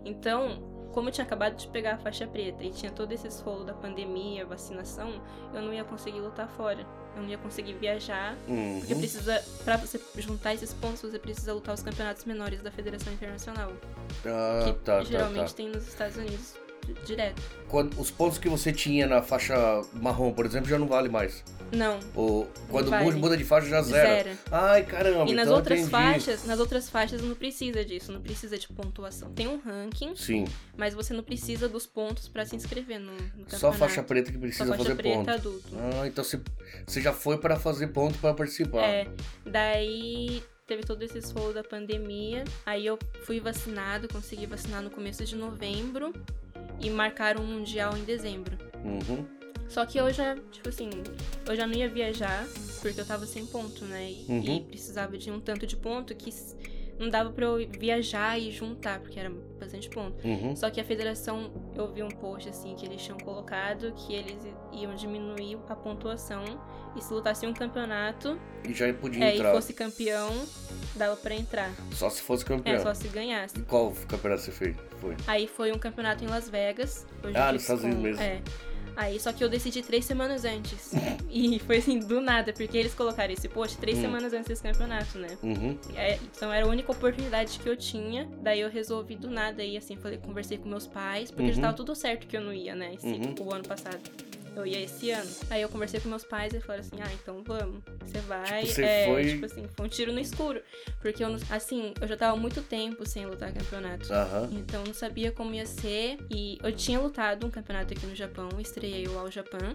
Speaker 2: Então, como eu tinha acabado de pegar a faixa preta e tinha todo esse rolo da pandemia, vacinação, eu não ia conseguir lutar fora. Eu não ia conseguir viajar.
Speaker 1: Uhum.
Speaker 2: Porque precisa, pra você juntar esses pontos, você precisa lutar os campeonatos menores da Federação Internacional
Speaker 1: Ah,
Speaker 2: que
Speaker 1: tá, tá,
Speaker 2: geralmente
Speaker 1: tá.
Speaker 2: tem nos Estados Unidos di- direto.
Speaker 1: Quando- os pontos que você tinha na faixa marrom, por exemplo, já não vale mais.
Speaker 2: Não,
Speaker 1: Ou quando
Speaker 2: Não vale.
Speaker 1: muda de faixa já zera.
Speaker 2: zero.
Speaker 1: Ai, caramba.
Speaker 2: E nas
Speaker 1: então
Speaker 2: outras
Speaker 1: entendi.
Speaker 2: faixas, nas outras faixas não precisa disso, não precisa de pontuação. Tem um ranking,
Speaker 1: Sim,
Speaker 2: mas você não precisa dos pontos pra se inscrever no, no campeonato.
Speaker 1: só a faixa preta que precisa
Speaker 2: Só faixa
Speaker 1: fazer
Speaker 2: preta
Speaker 1: ponto.
Speaker 2: adulto.
Speaker 1: Ah, então você, você já foi pra fazer ponto pra participar.
Speaker 2: É, daí teve todo esse rolo da pandemia. Aí eu fui vacinado, consegui vacinar no começo de novembro e marcaram o mundial em dezembro.
Speaker 1: Uhum.
Speaker 2: Só que eu já, tipo assim, eu já não ia viajar porque eu tava sem ponto, né? E,
Speaker 1: Uhum.
Speaker 2: e precisava de um tanto de ponto que s- não dava pra eu viajar e juntar, porque era bastante ponto.
Speaker 1: Uhum.
Speaker 2: Só que a federação, eu vi um post assim que eles tinham colocado que eles i- iam diminuir a pontuação e se lutasse um campeonato
Speaker 1: E já podia
Speaker 2: é, e
Speaker 1: entrar.
Speaker 2: fosse campeão, dava pra entrar.
Speaker 1: Só se fosse
Speaker 2: É,
Speaker 1: campeão.
Speaker 2: só se ganhasse.
Speaker 1: E qual campeonato você fez? Foi.
Speaker 2: Aí foi um campeonato em Las Vegas. Hoje
Speaker 1: Ah,
Speaker 2: eu
Speaker 1: nos
Speaker 2: fiz
Speaker 1: Estados Unidos mesmo.
Speaker 2: É. Aí, só que eu decidi três semanas antes. e foi assim, do nada, porque eles colocaram esse post três
Speaker 1: Hum.
Speaker 2: semanas antes desse campeonato, né?
Speaker 1: Uhum.
Speaker 2: É, então era a única oportunidade que eu tinha. Daí eu resolvi do nada e assim, falei, conversei com meus pais, porque
Speaker 1: Uhum.
Speaker 2: já tava tudo certo que eu não ia, né? Esse,
Speaker 1: Uhum.
Speaker 2: O ano passado. Eu ia esse ano. Aí eu conversei com meus pais e eles falaram assim: ah, então vamos. Você vai.
Speaker 1: Tipo, você
Speaker 2: é,
Speaker 1: foi-
Speaker 2: tipo assim, foi um tiro no escuro. Porque eu, não- assim, eu já tava há muito tempo sem lutar campeonato.
Speaker 1: Aham.
Speaker 2: Então eu não sabia como ia ser. E eu tinha lutado um campeonato aqui no Japão, estreiei o All Japan,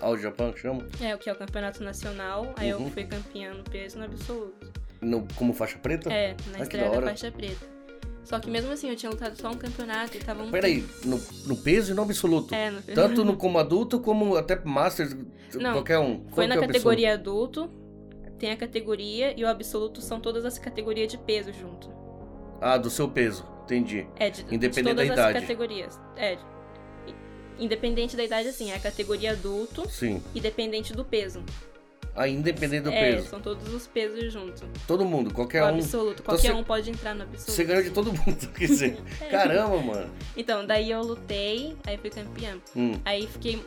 Speaker 1: Ah, o Japão que chama?
Speaker 2: é, o que é o campeonato nacional. Aí
Speaker 1: Uhum.
Speaker 2: eu fui campeã no peso no absoluto.
Speaker 1: No, como faixa preta?
Speaker 2: É,
Speaker 1: Ah,
Speaker 2: na
Speaker 1: que
Speaker 2: estreia
Speaker 1: da
Speaker 2: da,
Speaker 1: hora.
Speaker 2: faixa preta. Só que mesmo assim eu tinha lutado só um campeonato e tava um.
Speaker 1: Peraí, no, no peso e no absoluto?
Speaker 2: É, no peso.
Speaker 1: Tanto no como adulto, como até Masters,
Speaker 2: Não,
Speaker 1: qualquer um. Qual
Speaker 2: Foi na
Speaker 1: que é o absoluto?
Speaker 2: categoria adulto. Tem a categoria e o absoluto são todas as categorias de peso junto.
Speaker 1: Ah, do seu peso, entendi.
Speaker 2: É, de,
Speaker 1: Independente
Speaker 2: de todas
Speaker 1: da
Speaker 2: as
Speaker 1: idade.
Speaker 2: categorias. É. I- Independente da idade, assim, é a categoria adulto
Speaker 1: Sim.
Speaker 2: e dependente do peso.
Speaker 1: Ah, independente do
Speaker 2: é,
Speaker 1: peso.
Speaker 2: são todos os pesos junto.
Speaker 1: Todo mundo, qualquer
Speaker 2: o
Speaker 1: um.
Speaker 2: absoluto. Qualquer
Speaker 1: você-
Speaker 2: um pode entrar no absoluto.
Speaker 1: Você ganhou de todo mundo, quer dizer.
Speaker 2: É.
Speaker 1: Caramba, mano.
Speaker 2: Então, daí eu lutei, aí fui campeã.
Speaker 1: Hum,
Speaker 2: Aí fiquei.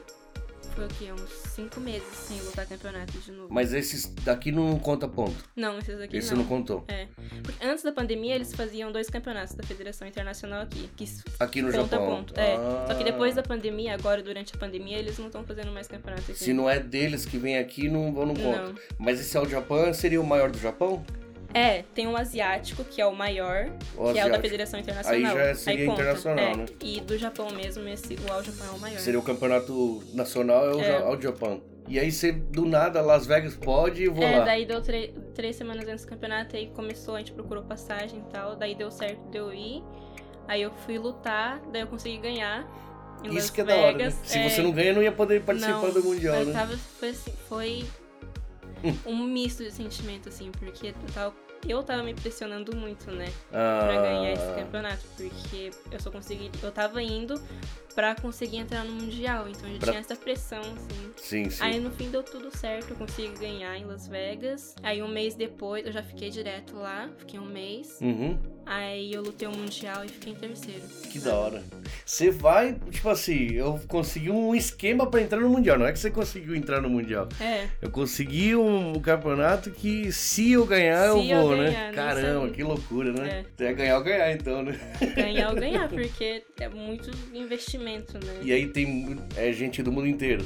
Speaker 2: Foi o quê? Uns cinco meses sem lutar campeonato de novo.
Speaker 1: Mas esses daqui não conta ponto.
Speaker 2: Não, esses aqui
Speaker 1: Esse
Speaker 2: não.
Speaker 1: não. contou.
Speaker 2: É. Porque antes da pandemia, eles faziam dois campeonatos da Federação Internacional aqui. Que s-
Speaker 1: Aqui no
Speaker 2: conta
Speaker 1: Japão.
Speaker 2: ponto. É.
Speaker 1: Ah.
Speaker 2: Só que depois da pandemia, agora durante a pandemia, eles não estão fazendo mais campeonato aqui.
Speaker 1: Se não é deles que vem aqui, não, não conta.
Speaker 2: Não.
Speaker 1: Mas esse é o Japão, seria o maior do Japão?
Speaker 2: É, tem o asiático, que é o maior,
Speaker 1: O
Speaker 2: que é o da
Speaker 1: asiático.
Speaker 2: Federação Internacional.
Speaker 1: Aí já seria
Speaker 2: conta.
Speaker 1: internacional,
Speaker 2: É.
Speaker 1: né?
Speaker 2: E do Japão mesmo, esse, o All Japão é o maior.
Speaker 1: Seria o campeonato nacional, é o,
Speaker 2: É.
Speaker 1: Ja- o Japão. E aí você, do nada, Las Vegas pode e vou
Speaker 2: é,
Speaker 1: lá.
Speaker 2: daí deu tre- três semanas antes do campeonato, aí começou, a gente procurou passagem e tal, daí deu certo de eu ir. Aí eu fui lutar, daí eu consegui ganhar. Em Las
Speaker 1: Isso que é da
Speaker 2: Vegas.
Speaker 1: hora, né? Se
Speaker 2: É,
Speaker 1: você não ganha, não ia poder participar
Speaker 2: não,
Speaker 1: do Mundial,
Speaker 2: eu
Speaker 1: né?
Speaker 2: tava- foi assim, foi um misto de sentimento, assim, porque eu tava, eu tava me impressionando muito, né?
Speaker 1: Ah,
Speaker 2: Pra ganhar esse campeonato, porque eu só consegui. Eu tava indo pra conseguir entrar no Mundial, então eu já
Speaker 1: Pra-
Speaker 2: tinha essa pressão, assim.
Speaker 1: Sim, sim.
Speaker 2: Aí no fim deu tudo certo, eu consegui ganhar em Las Vegas. Aí um mês depois, eu já fiquei direto lá, fiquei um mês.
Speaker 1: Uhum.
Speaker 2: Aí eu lutei o Mundial e fiquei em terceiro.
Speaker 1: Que da hora. Você vai, tipo assim, eu consegui um esquema pra entrar no Mundial. Não é que você conseguiu entrar no Mundial.
Speaker 2: É,
Speaker 1: Eu consegui um, um campeonato que se eu ganhar,
Speaker 2: Se
Speaker 1: eu
Speaker 2: eu
Speaker 1: vou,
Speaker 2: ganhar,
Speaker 1: né?
Speaker 2: não
Speaker 1: Caramba,
Speaker 2: sei.
Speaker 1: que loucura, né? É ganhar ou ganhar, então, né?
Speaker 2: ganhar ou ganhar, porque é muito investimento, né?
Speaker 1: E aí tem mu- é gente do mundo inteiro.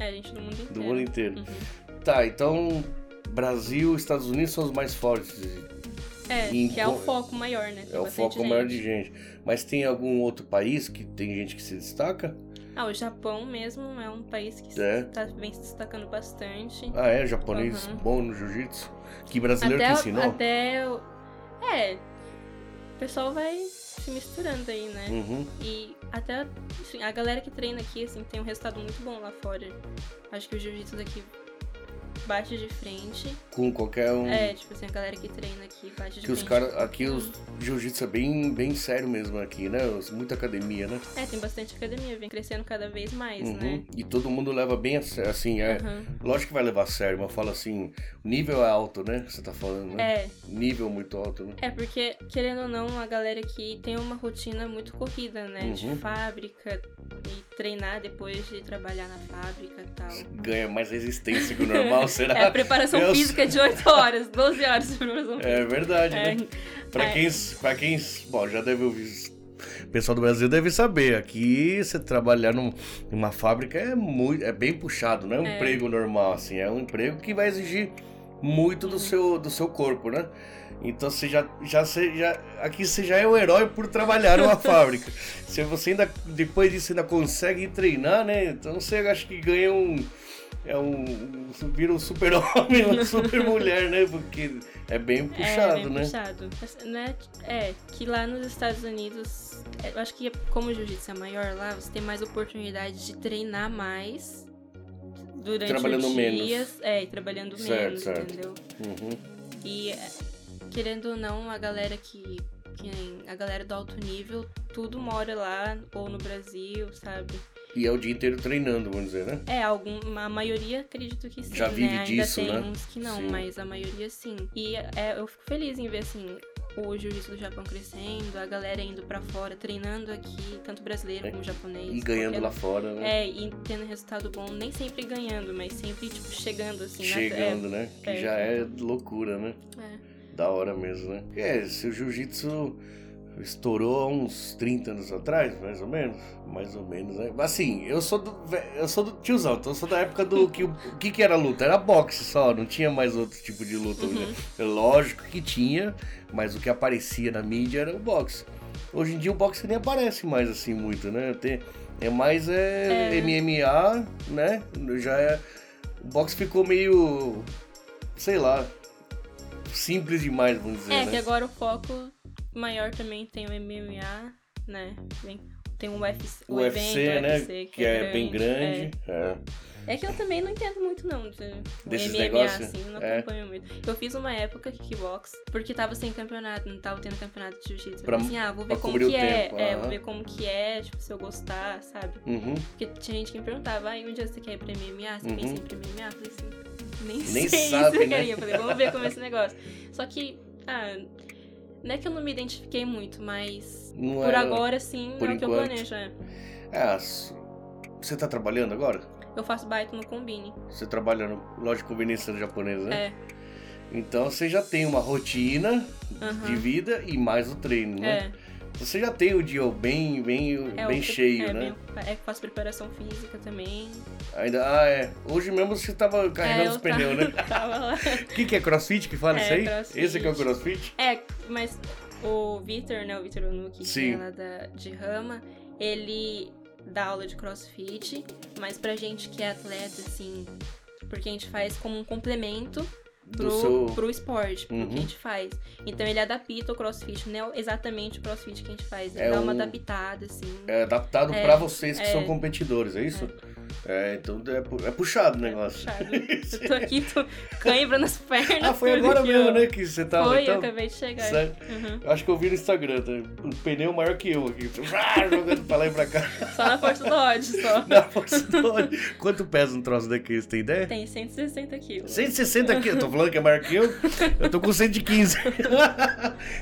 Speaker 2: É, gente do mundo inteiro.
Speaker 1: Do mundo inteiro.
Speaker 2: Uhum.
Speaker 1: Tá, então Brasil Estados Unidos são os mais fortes.
Speaker 2: É,
Speaker 1: E
Speaker 2: que é o
Speaker 1: enco-
Speaker 2: foco maior, né? Tem
Speaker 1: É o
Speaker 2: bastante
Speaker 1: foco maior de gente. Mas tem algum outro país que tem gente que se destaca?
Speaker 2: Ah, o Japão mesmo é um país que
Speaker 1: É.
Speaker 2: está vem se destacando bastante.
Speaker 1: Ah, é japonês
Speaker 2: Uhum.
Speaker 1: bom no jiu-jitsu? Que brasileiro
Speaker 2: até,
Speaker 1: que ensinou?
Speaker 2: até. o- É. O pessoal vai se misturando aí, né?
Speaker 1: Uhum.
Speaker 2: E até enfim, a galera que treina aqui, assim, tem um resultado muito bom lá fora. Acho que o jiu-jitsu daqui bate de frente.
Speaker 1: Com qualquer um.
Speaker 2: É, tipo assim, a galera que treina aqui bate de
Speaker 1: Que os
Speaker 2: frente.
Speaker 1: caras. Aqui os jiu-jitsu é bem, bem sério mesmo aqui, né? Os- Muita academia, né?
Speaker 2: É, tem bastante academia, vem crescendo cada vez mais,
Speaker 1: Uhum.
Speaker 2: né?
Speaker 1: E todo mundo leva bem a sé- assim, é.
Speaker 2: Aham.
Speaker 1: Lógico que vai levar a sério, mas fala assim, o nível é alto, né? Você tá falando, né?
Speaker 2: É,
Speaker 1: Nível muito alto, né?
Speaker 2: é porque, querendo ou não, a galera aqui tem uma rotina muito corrida, né? De
Speaker 1: Uhum.
Speaker 2: fábrica e treinar depois de trabalhar na fábrica e tal.
Speaker 1: Ganha mais resistência que o normal, será?
Speaker 2: É, a preparação
Speaker 1: Eu-
Speaker 2: física é de 8 horas, 12 horas de preparação física.
Speaker 1: É verdade,
Speaker 2: É,
Speaker 1: né? Pra
Speaker 2: é.
Speaker 1: quem. Pra quem. Bom, já deve ouvir. O pessoal do Brasil deve saber. Aqui você trabalhar num- numa fábrica é muito. é bem puxado, não é um
Speaker 2: É.
Speaker 1: emprego normal, assim. É um emprego que vai exigir muito do seu, do seu corpo, né? Então você já, já, você já. Aqui você já é o herói por trabalhar numa fábrica. Se você ainda. Depois disso ainda consegue treinar, né? Então você acha que ganha um. É um. Vira um super-homem, uma super-mulher, né? Porque é bem puxado,
Speaker 2: é, bem
Speaker 1: né?
Speaker 2: puxado. Mas, né, É, que lá nos Estados Unidos, é, eu acho que como o jiu-jitsu é maior lá, você tem mais oportunidade de treinar mais durante
Speaker 1: Trabalhando
Speaker 2: os
Speaker 1: menos.
Speaker 2: dias. É, e trabalhando
Speaker 1: Certo,
Speaker 2: menos,
Speaker 1: certo.
Speaker 2: entendeu?
Speaker 1: Uhum.
Speaker 2: E é, querendo ou não, a galera que. que nem a galera do alto nível, tudo mora lá, ou no Brasil, sabe?
Speaker 1: E é o dia inteiro treinando, vamos dizer, né?
Speaker 2: É, algum, a maioria acredito que sim.
Speaker 1: Já vive
Speaker 2: né?
Speaker 1: disso,
Speaker 2: Ainda tem
Speaker 1: né?
Speaker 2: uns que não,
Speaker 1: Sim.
Speaker 2: mas a maioria sim. E é, eu fico feliz em ver assim. O jiu-jitsu do Japão crescendo, a galera indo pra fora, treinando aqui, tanto brasileiro
Speaker 1: É,
Speaker 2: como japonês.
Speaker 1: E ganhando
Speaker 2: qualquer-
Speaker 1: lá fora, né?
Speaker 2: É, e tendo resultado bom, nem sempre ganhando, mas sempre, tipo, chegando assim. na-
Speaker 1: Chegando, né? Que
Speaker 2: é.
Speaker 1: já é loucura, né?
Speaker 2: É, é.
Speaker 1: Da hora mesmo, né? É, se o jiu-jitsu estourou há uns 30 anos atrás, mais ou menos. Mais ou menos, né? Assim, eu sou do. ve- Eu sou do tiozão, então eu sou da época do. que, o que, que era luta? Era boxe só, não tinha mais outro tipo de luta.
Speaker 2: Uhum.
Speaker 1: né? Lógico que tinha, mas o que aparecia na mídia era o boxe. Hoje em dia o boxe nem aparece mais assim muito, né? Tem- é mais é,
Speaker 2: É.
Speaker 1: MMA, né? Já é. O boxe ficou meio. sei lá. Simples demais, vamos dizer,
Speaker 2: É,
Speaker 1: né?
Speaker 2: que agora o foco maior também tem o MMA, né? Tem- Tem um o UFC,
Speaker 1: O UFC,
Speaker 2: evento,
Speaker 1: né?
Speaker 2: UFC,
Speaker 1: que é,
Speaker 2: um
Speaker 1: bem grande. É.
Speaker 2: É que eu também não entendo muito, não, de
Speaker 1: Desses
Speaker 2: MMA,
Speaker 1: negócios?
Speaker 2: assim, eu não
Speaker 1: É.
Speaker 2: acompanho muito. Eu fiz uma época kickbox, porque tava sem campeonato, não tava tendo campeonato de jiu-jitsu. Eu
Speaker 1: Pra-
Speaker 2: falei assim, ah, vou
Speaker 1: pra
Speaker 2: ver como
Speaker 1: cobrir o
Speaker 2: que é,
Speaker 1: tempo,
Speaker 2: é,
Speaker 1: aham.
Speaker 2: vou ver como que é, tipo, se eu gostar, sabe?
Speaker 1: Uhum.
Speaker 2: Porque tinha gente que me perguntava, ah, e um dia você quer ir pra MMA? Você
Speaker 1: Uhum.
Speaker 2: pensa em ir pra MMA? Eu falei assim, nem,
Speaker 1: Nem
Speaker 2: sei
Speaker 1: sabe,
Speaker 2: se eu
Speaker 1: né?
Speaker 2: queria. Eu falei, vamos ver como é esse negócio. Só que, ah, não é que eu não me identifiquei muito, mas...
Speaker 1: Não
Speaker 2: Por
Speaker 1: era-
Speaker 2: agora, sim,
Speaker 1: por
Speaker 2: é o que eu
Speaker 1: enquanto.
Speaker 2: planejo. é.
Speaker 1: É, s- você tá trabalhando agora?
Speaker 2: Eu faço baita no combine.
Speaker 1: Você trabalha no loja de conveniência japonesa, né?
Speaker 2: É,
Speaker 1: Então você já tem uma rotina
Speaker 2: Aham.
Speaker 1: de vida e mais o treino, né?
Speaker 2: é.
Speaker 1: Você já tem o dia bem, bem,
Speaker 2: É,
Speaker 1: bem
Speaker 2: eu-
Speaker 1: cheio,
Speaker 2: é,
Speaker 1: né?
Speaker 2: bem ocupa- é, eu faço preparação física também.
Speaker 1: Ainda, ah, é. Hoje mesmo você tava
Speaker 2: é,
Speaker 1: carregando
Speaker 2: eu
Speaker 1: os pneus,
Speaker 2: tava-
Speaker 1: né?
Speaker 2: tava lá.
Speaker 1: O que, que é crossfit que fala
Speaker 2: É,
Speaker 1: isso aí?
Speaker 2: crossfit.
Speaker 1: Esse que é o crossfit?
Speaker 2: É, mas o Vitor, né, o Vitor Onuki, que
Speaker 1: Sim.
Speaker 2: é lá da, de Rama, ele dá aula de crossfit, mas pra gente que é atleta, assim, porque a gente faz como um complemento pro,
Speaker 1: seu-
Speaker 2: pro esporte, pro
Speaker 1: Uhum.
Speaker 2: que a gente faz. Então ele adapta o crossfit, não é exatamente o crossfit que a gente faz. Ele
Speaker 1: É
Speaker 2: dá
Speaker 1: o-
Speaker 2: uma adaptada, assim.
Speaker 1: É adaptado
Speaker 2: É,
Speaker 1: pra vocês que
Speaker 2: é.
Speaker 1: são competidores, é isso? É, então é, pu- é puxado o negócio.
Speaker 2: Puxado. Eu tô aqui, tô cãibra nas pernas.
Speaker 1: Ah, foi
Speaker 2: tudo
Speaker 1: agora
Speaker 2: aqui, ó.
Speaker 1: mesmo, né, que você tava
Speaker 2: Foi, eu
Speaker 1: então?
Speaker 2: acabei de chegar.
Speaker 1: Sabe?
Speaker 2: Uhum.
Speaker 1: Eu Acho que eu vi no Instagram, tá? um pneu maior que eu aqui, Ah, jogando pra lá e pra cá.
Speaker 2: Só na força do ódio, só.
Speaker 1: Na força do ódio. Quanto pesa um troço daquele, você tem ideia?
Speaker 2: Tem 160 quilos.
Speaker 1: 160 quilos, tô falando que é maior que eu, eu tô com 115.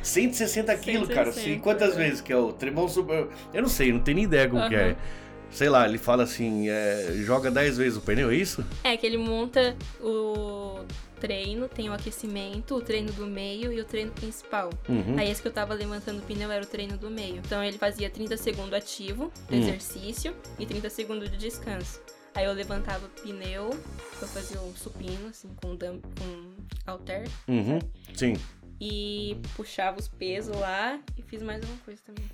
Speaker 1: 160 quilos, cara,
Speaker 2: 160,
Speaker 1: sei quantas
Speaker 2: né?
Speaker 1: vezes que é o Tremão Super... Eu não sei, não tenho nem ideia como que é.
Speaker 2: Aham.
Speaker 1: Sei lá, ele fala assim, é, joga 10 vezes o pneu, é isso?
Speaker 2: É que ele monta o treino, tem o aquecimento, o treino do meio e o treino principal.
Speaker 1: Uhum.
Speaker 2: Aí esse que eu tava levantando o pneu era o treino do meio. Então ele fazia 30 segundos ativo, de
Speaker 1: Hum.
Speaker 2: exercício, e 30 segundos de descanso. Aí eu levantava o pneu, eu fazia um supino, assim, com, dumb, com halter,
Speaker 1: Uhum. Sim.
Speaker 2: e puxava os pesos lá, e fiz mais alguma coisa também.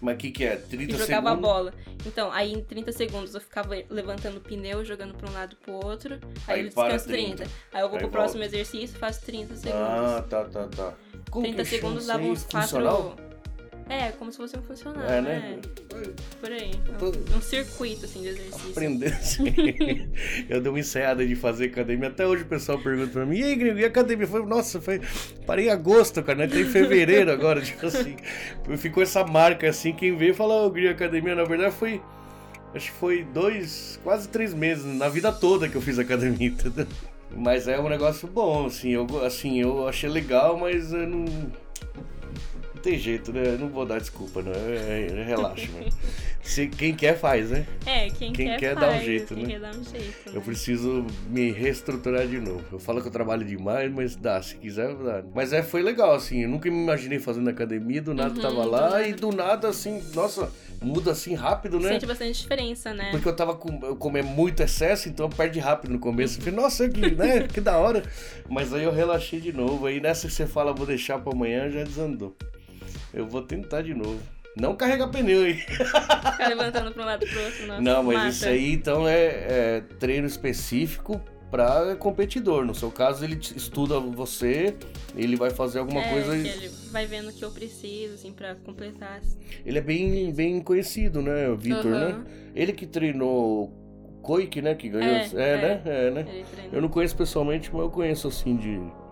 Speaker 1: Mas o que que é?
Speaker 2: E
Speaker 1: 30
Speaker 2: jogava a
Speaker 1: segundos?
Speaker 2: bola. Então, aí em 30 segundos eu ficava levantando o pneu, jogando pra um lado e pro outro.
Speaker 1: Aí
Speaker 2: Aí, eu
Speaker 1: para
Speaker 2: descanso 30.
Speaker 1: 30.
Speaker 2: Aí eu
Speaker 1: Aí
Speaker 2: vou pro
Speaker 1: volta.
Speaker 2: próximo exercício, faço 30 segundos.
Speaker 1: Ah, tá, tá, tá. Como
Speaker 2: 30
Speaker 1: que chama
Speaker 2: segundos
Speaker 1: isso aí?
Speaker 2: dava uns 4.
Speaker 1: Funcional?
Speaker 2: É, como se fosse um funcional.
Speaker 1: É, né?
Speaker 2: Por aí.
Speaker 1: tô-
Speaker 2: Um, um circuito assim de exercício.
Speaker 1: Aprendendo. assim. eu dei uma ensaiada de fazer academia. Até hoje o pessoal pergunta pra mim, e aí, gringo, e a academia? Eu falei, nossa, foi... parei em agosto, cara, né? Tem fevereiro agora, tipo assim. Ficou essa marca assim, quem veio fala, ô, gringo, academia, na verdade foi. Acho que foi dois, quase três meses, na vida toda que eu fiz academia, entendeu? Mas é um negócio bom, assim, eu, go- assim, eu achei legal, mas eu não. Não tem jeito, né? Eu não vou dar desculpa, não. É, é, relaxa, mano. Se quem quer faz, né?
Speaker 2: É, quem,
Speaker 1: Quem
Speaker 2: quer,
Speaker 1: quer dá um
Speaker 2: faz,
Speaker 1: jeito,
Speaker 2: quem
Speaker 1: né?
Speaker 2: quer dar um jeito.
Speaker 1: Eu
Speaker 2: né?
Speaker 1: preciso me reestruturar de novo. Eu falo que eu trabalho demais, mas dá, se quiser, dá. Mas é, foi legal, assim. Eu nunca me imaginei fazendo academia, do nada
Speaker 2: Uhum,
Speaker 1: tava
Speaker 2: do
Speaker 1: lá
Speaker 2: nada.
Speaker 1: e do nada, assim, nossa, muda assim rápido, né?
Speaker 2: Sente bastante diferença, né?
Speaker 1: Porque eu tava com eu comia muito excesso, então perde rápido no começo. Eu falei, nossa, que, né? que da hora. Mas aí eu relaxei de novo. Aí nessa que você fala, vou deixar pra amanhã, já desandou. Eu vou tentar de novo. Não carregar pneu aí.
Speaker 2: Ficar levantando pra um lado e pro outro. Nossa,
Speaker 1: Não, mas
Speaker 2: mata.
Speaker 1: isso aí então é, é treino específico para competidor. No seu caso, ele te- estuda você, ele vai fazer alguma
Speaker 2: é,
Speaker 1: coisa.
Speaker 2: Que ele vai vendo o que eu preciso, assim, pra completar.
Speaker 1: Ele é bem, bem conhecido, né, o Vitor, né? Ele que treinou o Koik, né? Que ganhou.
Speaker 2: É, é.
Speaker 1: né? É, né?
Speaker 2: Ele treina.
Speaker 1: Eu não conheço pessoalmente, mas eu conheço assim de. o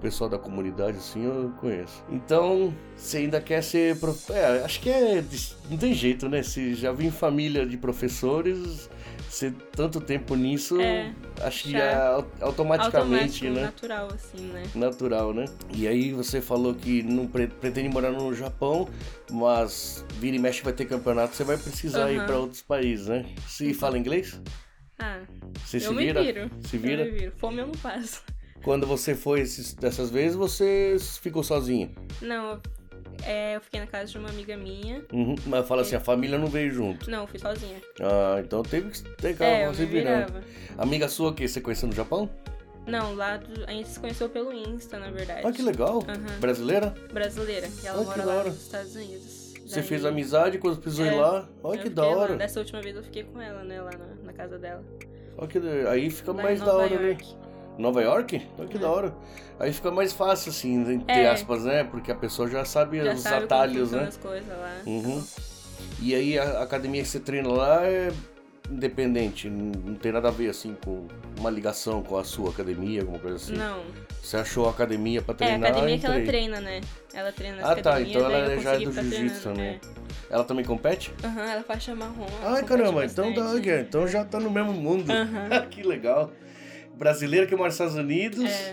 Speaker 1: Pessoal da comunidade, assim, eu conheço. Então, você ainda quer ser. prof- É, acho que é. Não tem jeito, né? Se já vim família de professores, ser tanto tempo nisso,
Speaker 2: É,
Speaker 1: acho que
Speaker 2: já.
Speaker 1: já au- automaticamente,
Speaker 2: Automático,
Speaker 1: né?
Speaker 2: natural, assim, né?
Speaker 1: Natural, né? E aí você falou que não pre- pretende morar no Japão, mas vira e mexe vai ter campeonato, você vai precisar ir
Speaker 2: Aham.
Speaker 1: para outros países, né? Se fala inglês?
Speaker 2: Ah,
Speaker 1: Você
Speaker 2: eu
Speaker 1: se
Speaker 2: me
Speaker 1: vira?
Speaker 2: viro.
Speaker 1: Se vira?
Speaker 2: Eu me viro. Fome eu não faço.
Speaker 1: Quando você foi esses- dessas vezes, você ficou sozinha.
Speaker 2: Não, é, eu fiquei na casa de uma amiga minha.
Speaker 1: Uhum. Mas fala assim, a família não veio junto.
Speaker 2: Não, eu fui sozinha.
Speaker 1: Ah, então teve que ter
Speaker 2: é,
Speaker 1: calma,
Speaker 2: eu
Speaker 1: você
Speaker 2: me
Speaker 1: virando.
Speaker 2: virava.
Speaker 1: Amiga sua que você conheceu no Japão?
Speaker 2: Não, lá do- a gente se conheceu pelo Insta, na verdade.
Speaker 1: Ah, que legal.
Speaker 2: Aham.
Speaker 1: Brasileira?
Speaker 2: Brasileira. E ela
Speaker 1: Ah, que
Speaker 2: mora
Speaker 1: da
Speaker 2: lá
Speaker 1: hora.
Speaker 2: nos Estados Unidos.
Speaker 1: Você
Speaker 2: Daí,
Speaker 1: fez amizade quando precisou
Speaker 2: É,
Speaker 1: ir lá?
Speaker 2: eu
Speaker 1: Olha que
Speaker 2: fiquei
Speaker 1: da
Speaker 2: lá.
Speaker 1: hora.
Speaker 2: Dessa última vez eu fiquei com ela, né? Lá na, na casa dela.
Speaker 1: Olha que... Aí fica
Speaker 2: Lá em
Speaker 1: mais da
Speaker 2: Nova
Speaker 1: hora, né?
Speaker 2: York.
Speaker 1: Nova York? Olha que
Speaker 2: É.
Speaker 1: da hora. Aí fica mais fácil, assim, entre
Speaker 2: É.
Speaker 1: aspas, né? Porque a pessoa já sabe
Speaker 2: Já
Speaker 1: os
Speaker 2: sabe como
Speaker 1: atalhos,
Speaker 2: funciona
Speaker 1: né?
Speaker 2: as coisas lá.
Speaker 1: Uhum. E aí a academia que você treina lá é independente, n- não tem nada a ver assim com uma ligação com a sua academia, alguma coisa assim.
Speaker 2: Não.
Speaker 1: Você achou a academia pra
Speaker 2: É, a
Speaker 1: treinar?
Speaker 2: academia que ela
Speaker 1: entrei.
Speaker 2: treina, né? Ela treina nas
Speaker 1: Ah, tá,
Speaker 2: academias,
Speaker 1: então
Speaker 2: daí
Speaker 1: ela
Speaker 2: eu
Speaker 1: já é
Speaker 2: consegui
Speaker 1: do
Speaker 2: ficar
Speaker 1: jiu-jitsu
Speaker 2: treinando, né?
Speaker 1: também. Ela também compete?
Speaker 2: é. Aham, ela faz marrom. ela
Speaker 1: Ai,
Speaker 2: compete
Speaker 1: caramba, então, tá,
Speaker 2: bastante. né?
Speaker 1: então já tá no mesmo mundo.
Speaker 2: Aham.
Speaker 1: que legal. Brasileiro que mora nos Estados Unidos,
Speaker 2: É.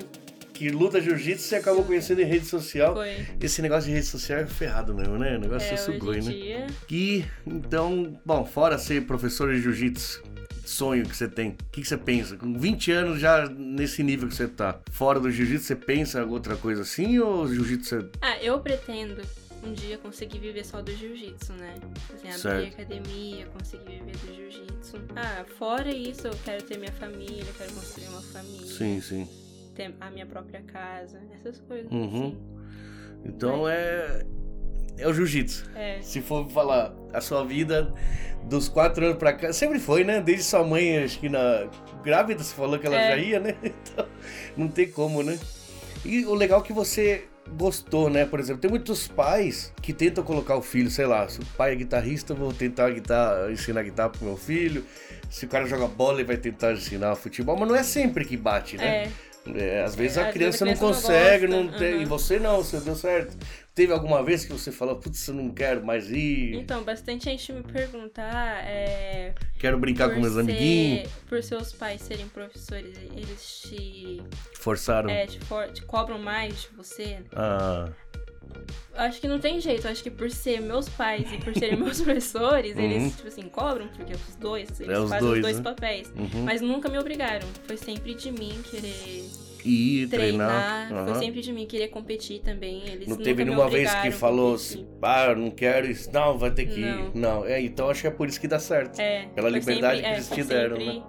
Speaker 1: que luta jiu-jitsu e acabou conhecendo em rede social.
Speaker 2: Foi.
Speaker 1: Esse negócio de rede social é ferrado mesmo, né? O negócio é,
Speaker 2: É,
Speaker 1: sugoi,
Speaker 2: hoje
Speaker 1: né?
Speaker 2: em dia,
Speaker 1: E então, bom, fora ser professor de jiu-jitsu, sonho que você tem, o que, que você pensa? Com 20 anos já nesse nível que você tá, fora do jiu-jitsu, você pensa em outra coisa assim ou o jiu-jitsu é...
Speaker 2: Ah, eu pretendo um dia conseguir viver só do jiu-jitsu, né? Assim, abrir
Speaker 1: Certo.
Speaker 2: academia, conseguir viver do jiu-jitsu. Ah, fora isso, eu quero ter minha família, eu quero construir uma família,
Speaker 1: Sim, sim.
Speaker 2: ter a minha própria casa, essas coisas.
Speaker 1: Uhum.
Speaker 2: assim.
Speaker 1: Então é. É o jiu-jitsu.
Speaker 2: É,
Speaker 1: Se for falar, a sua vida dos quatro anos pra cá. Sempre foi, né? Desde sua mãe, acho que na grávida, você falou que ela
Speaker 2: É.
Speaker 1: já ia, né? Então, não tem como, né? E o legal é que você gostou, né? Por exemplo, tem muitos pais que tentam colocar o filho, sei lá, se o pai é guitarrista, eu vou tentar guitar- ensinar guitarra pro meu filho. Se o cara joga bola, ele vai tentar ensinar futebol, mas não é sempre que bate, né?
Speaker 2: É,
Speaker 1: É, às vezes
Speaker 2: É,
Speaker 1: a
Speaker 2: às
Speaker 1: criança,
Speaker 2: vezes a criança
Speaker 1: não
Speaker 2: não
Speaker 1: consegue, não
Speaker 2: gosta,
Speaker 1: tem,
Speaker 2: aham.
Speaker 1: e você não, você deu certo. Teve alguma vez que você falou, putz, eu não quero mais ir,
Speaker 2: então, bastante gente me perguntar é,
Speaker 1: quero brincar com
Speaker 2: por
Speaker 1: meus
Speaker 2: ser-
Speaker 1: amiguinhos,
Speaker 2: Por seus pais serem professores, eles te,
Speaker 1: forçaram.
Speaker 2: é, te for- te cobram mais de você?
Speaker 1: Ah,
Speaker 2: Acho que não tem jeito. Acho que por ser meus pais e por serem meus professores,
Speaker 1: Uhum.
Speaker 2: eles, tipo assim, cobram, porque os dois, eles
Speaker 1: os
Speaker 2: fazem
Speaker 1: dois,
Speaker 2: os dois
Speaker 1: né?
Speaker 2: papéis.
Speaker 1: uhum.
Speaker 2: Mas nunca me obrigaram. Foi sempre de mim querer
Speaker 1: E ir treinar.
Speaker 2: treinar.
Speaker 1: aham.
Speaker 2: Foi sempre de mim querer competir também. Eles
Speaker 1: Não
Speaker 2: nunca
Speaker 1: teve
Speaker 2: me
Speaker 1: nenhuma vez que
Speaker 2: obrigaram a
Speaker 1: falou,
Speaker 2: competir.
Speaker 1: assim, ah, eu não quero isso, não, vai ter que ir.
Speaker 2: Não.
Speaker 1: Não, é, então acho que é por isso que dá certo.
Speaker 2: É,
Speaker 1: Pela
Speaker 2: foi
Speaker 1: liberdade
Speaker 2: sempre-
Speaker 1: que
Speaker 2: é,
Speaker 1: eles
Speaker 2: foi
Speaker 1: te deram, né?
Speaker 2: sempre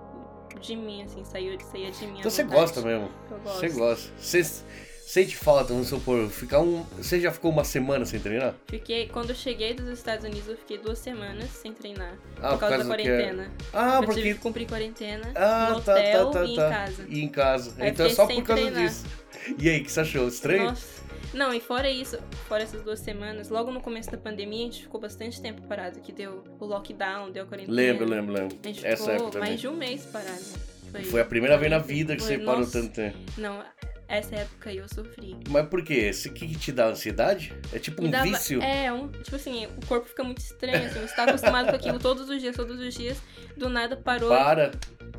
Speaker 2: De mim, assim, saiu, saía de mim.
Speaker 1: então
Speaker 2: à
Speaker 1: você
Speaker 2: vontade.
Speaker 1: gosta mesmo.
Speaker 2: Eu é gosto.
Speaker 1: Você gosta. Você sente falta, vamos supor, ficar um. Você já ficou uma semana sem treinar?
Speaker 2: Fiquei, quando eu cheguei dos Estados Unidos, eu fiquei duas semanas sem treinar.
Speaker 1: Ah,
Speaker 2: por causa da
Speaker 1: do que é.
Speaker 2: quarentena.
Speaker 1: Ah,
Speaker 2: eu tive
Speaker 1: porque
Speaker 2: que cumprir quarentena
Speaker 1: Ah,
Speaker 2: no
Speaker 1: tá,
Speaker 2: hotel
Speaker 1: tá, tá,
Speaker 2: e
Speaker 1: tá.
Speaker 2: em casa.
Speaker 1: E em casa.
Speaker 2: Aí
Speaker 1: então é
Speaker 2: fiquei
Speaker 1: só
Speaker 2: sem
Speaker 1: por causa
Speaker 2: treinar.
Speaker 1: disso. E aí, o que você achou? Estranho?
Speaker 2: Nossa. Não, e fora isso, fora essas duas semanas, logo no começo da pandemia, a gente ficou bastante tempo parado, que deu o lockdown, deu a quarentena.
Speaker 1: lembro, lembro, lembro.
Speaker 2: A gente
Speaker 1: Essa
Speaker 2: ficou
Speaker 1: época também.
Speaker 2: mais de um mês parado.
Speaker 1: Foi a primeira vez na vida que
Speaker 2: Foi,
Speaker 1: você parou
Speaker 2: nossa.
Speaker 1: tanto tempo.
Speaker 2: Não, essa época aí eu sofri.
Speaker 1: Mas por quê? O que, que te dá ansiedade? É tipo
Speaker 2: Me
Speaker 1: um
Speaker 2: dava-
Speaker 1: vício?
Speaker 2: É, um, tipo assim, o corpo fica muito estranho, assim, você tá acostumado com aquilo todos os dias, todos os dias, do nada parou.
Speaker 1: Para.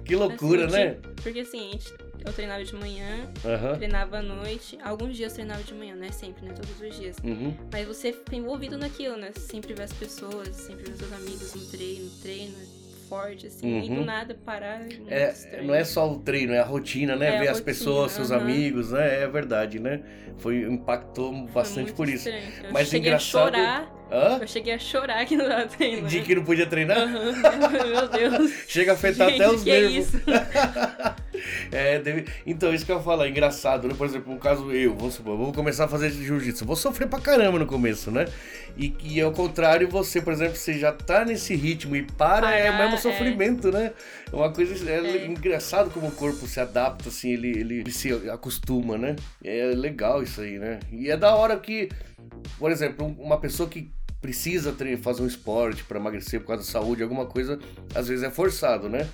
Speaker 1: Que
Speaker 2: assim,
Speaker 1: loucura,
Speaker 2: de-
Speaker 1: né?
Speaker 2: Porque assim, a gente- eu treinava de manhã,
Speaker 1: Aham.
Speaker 2: treinava à noite, alguns dias eu treinava de manhã, não é sempre, né? Todos os dias.
Speaker 1: Uhum.
Speaker 2: Mas você fica envolvido naquilo, né? Você sempre vê as pessoas, sempre vê os seus amigos no treino, treino forte, assim, e
Speaker 1: Uhum.
Speaker 2: do nada parar. é muito
Speaker 1: É,
Speaker 2: estranho.
Speaker 1: não é só o treino, é a rotina, né?
Speaker 2: É a
Speaker 1: Ver as
Speaker 2: rotina,
Speaker 1: pessoas, seus
Speaker 2: aham.
Speaker 1: amigos, né? É verdade, né? Foi, impactou
Speaker 2: Foi
Speaker 1: bastante
Speaker 2: muito
Speaker 1: por isso.
Speaker 2: estranho. Eu
Speaker 1: Mas
Speaker 2: cheguei
Speaker 1: engraçado-
Speaker 2: a chorar,
Speaker 1: Hã?
Speaker 2: eu cheguei a chorar aqui no treino.
Speaker 1: De que não podia treinar?
Speaker 2: né? Aham, Meu Deus.
Speaker 1: Chega a afetar
Speaker 2: Gente,
Speaker 1: até os
Speaker 2: que é
Speaker 1: nervos.
Speaker 2: isso?
Speaker 1: É, deve- então, isso que eu ia falar, engraçado, né? Por exemplo, no caso eu, vamos supor, eu vou começar a fazer jiu-jitsu, eu vou sofrer pra caramba no começo, né? E, e ao contrário, você, por exemplo, você já tá nesse ritmo e para, é o
Speaker 2: Parar,
Speaker 1: mesmo
Speaker 2: é.
Speaker 1: sofrimento, né? É uma coisa, é,
Speaker 2: É.
Speaker 1: engraçado como o corpo se adapta, assim, ele, ele, ele se acostuma, né? É legal isso aí, né? E é da hora que, por exemplo, um- uma pessoa que precisa tre- fazer um esporte pra emagrecer por causa da saúde, alguma coisa, às vezes é forçado, né?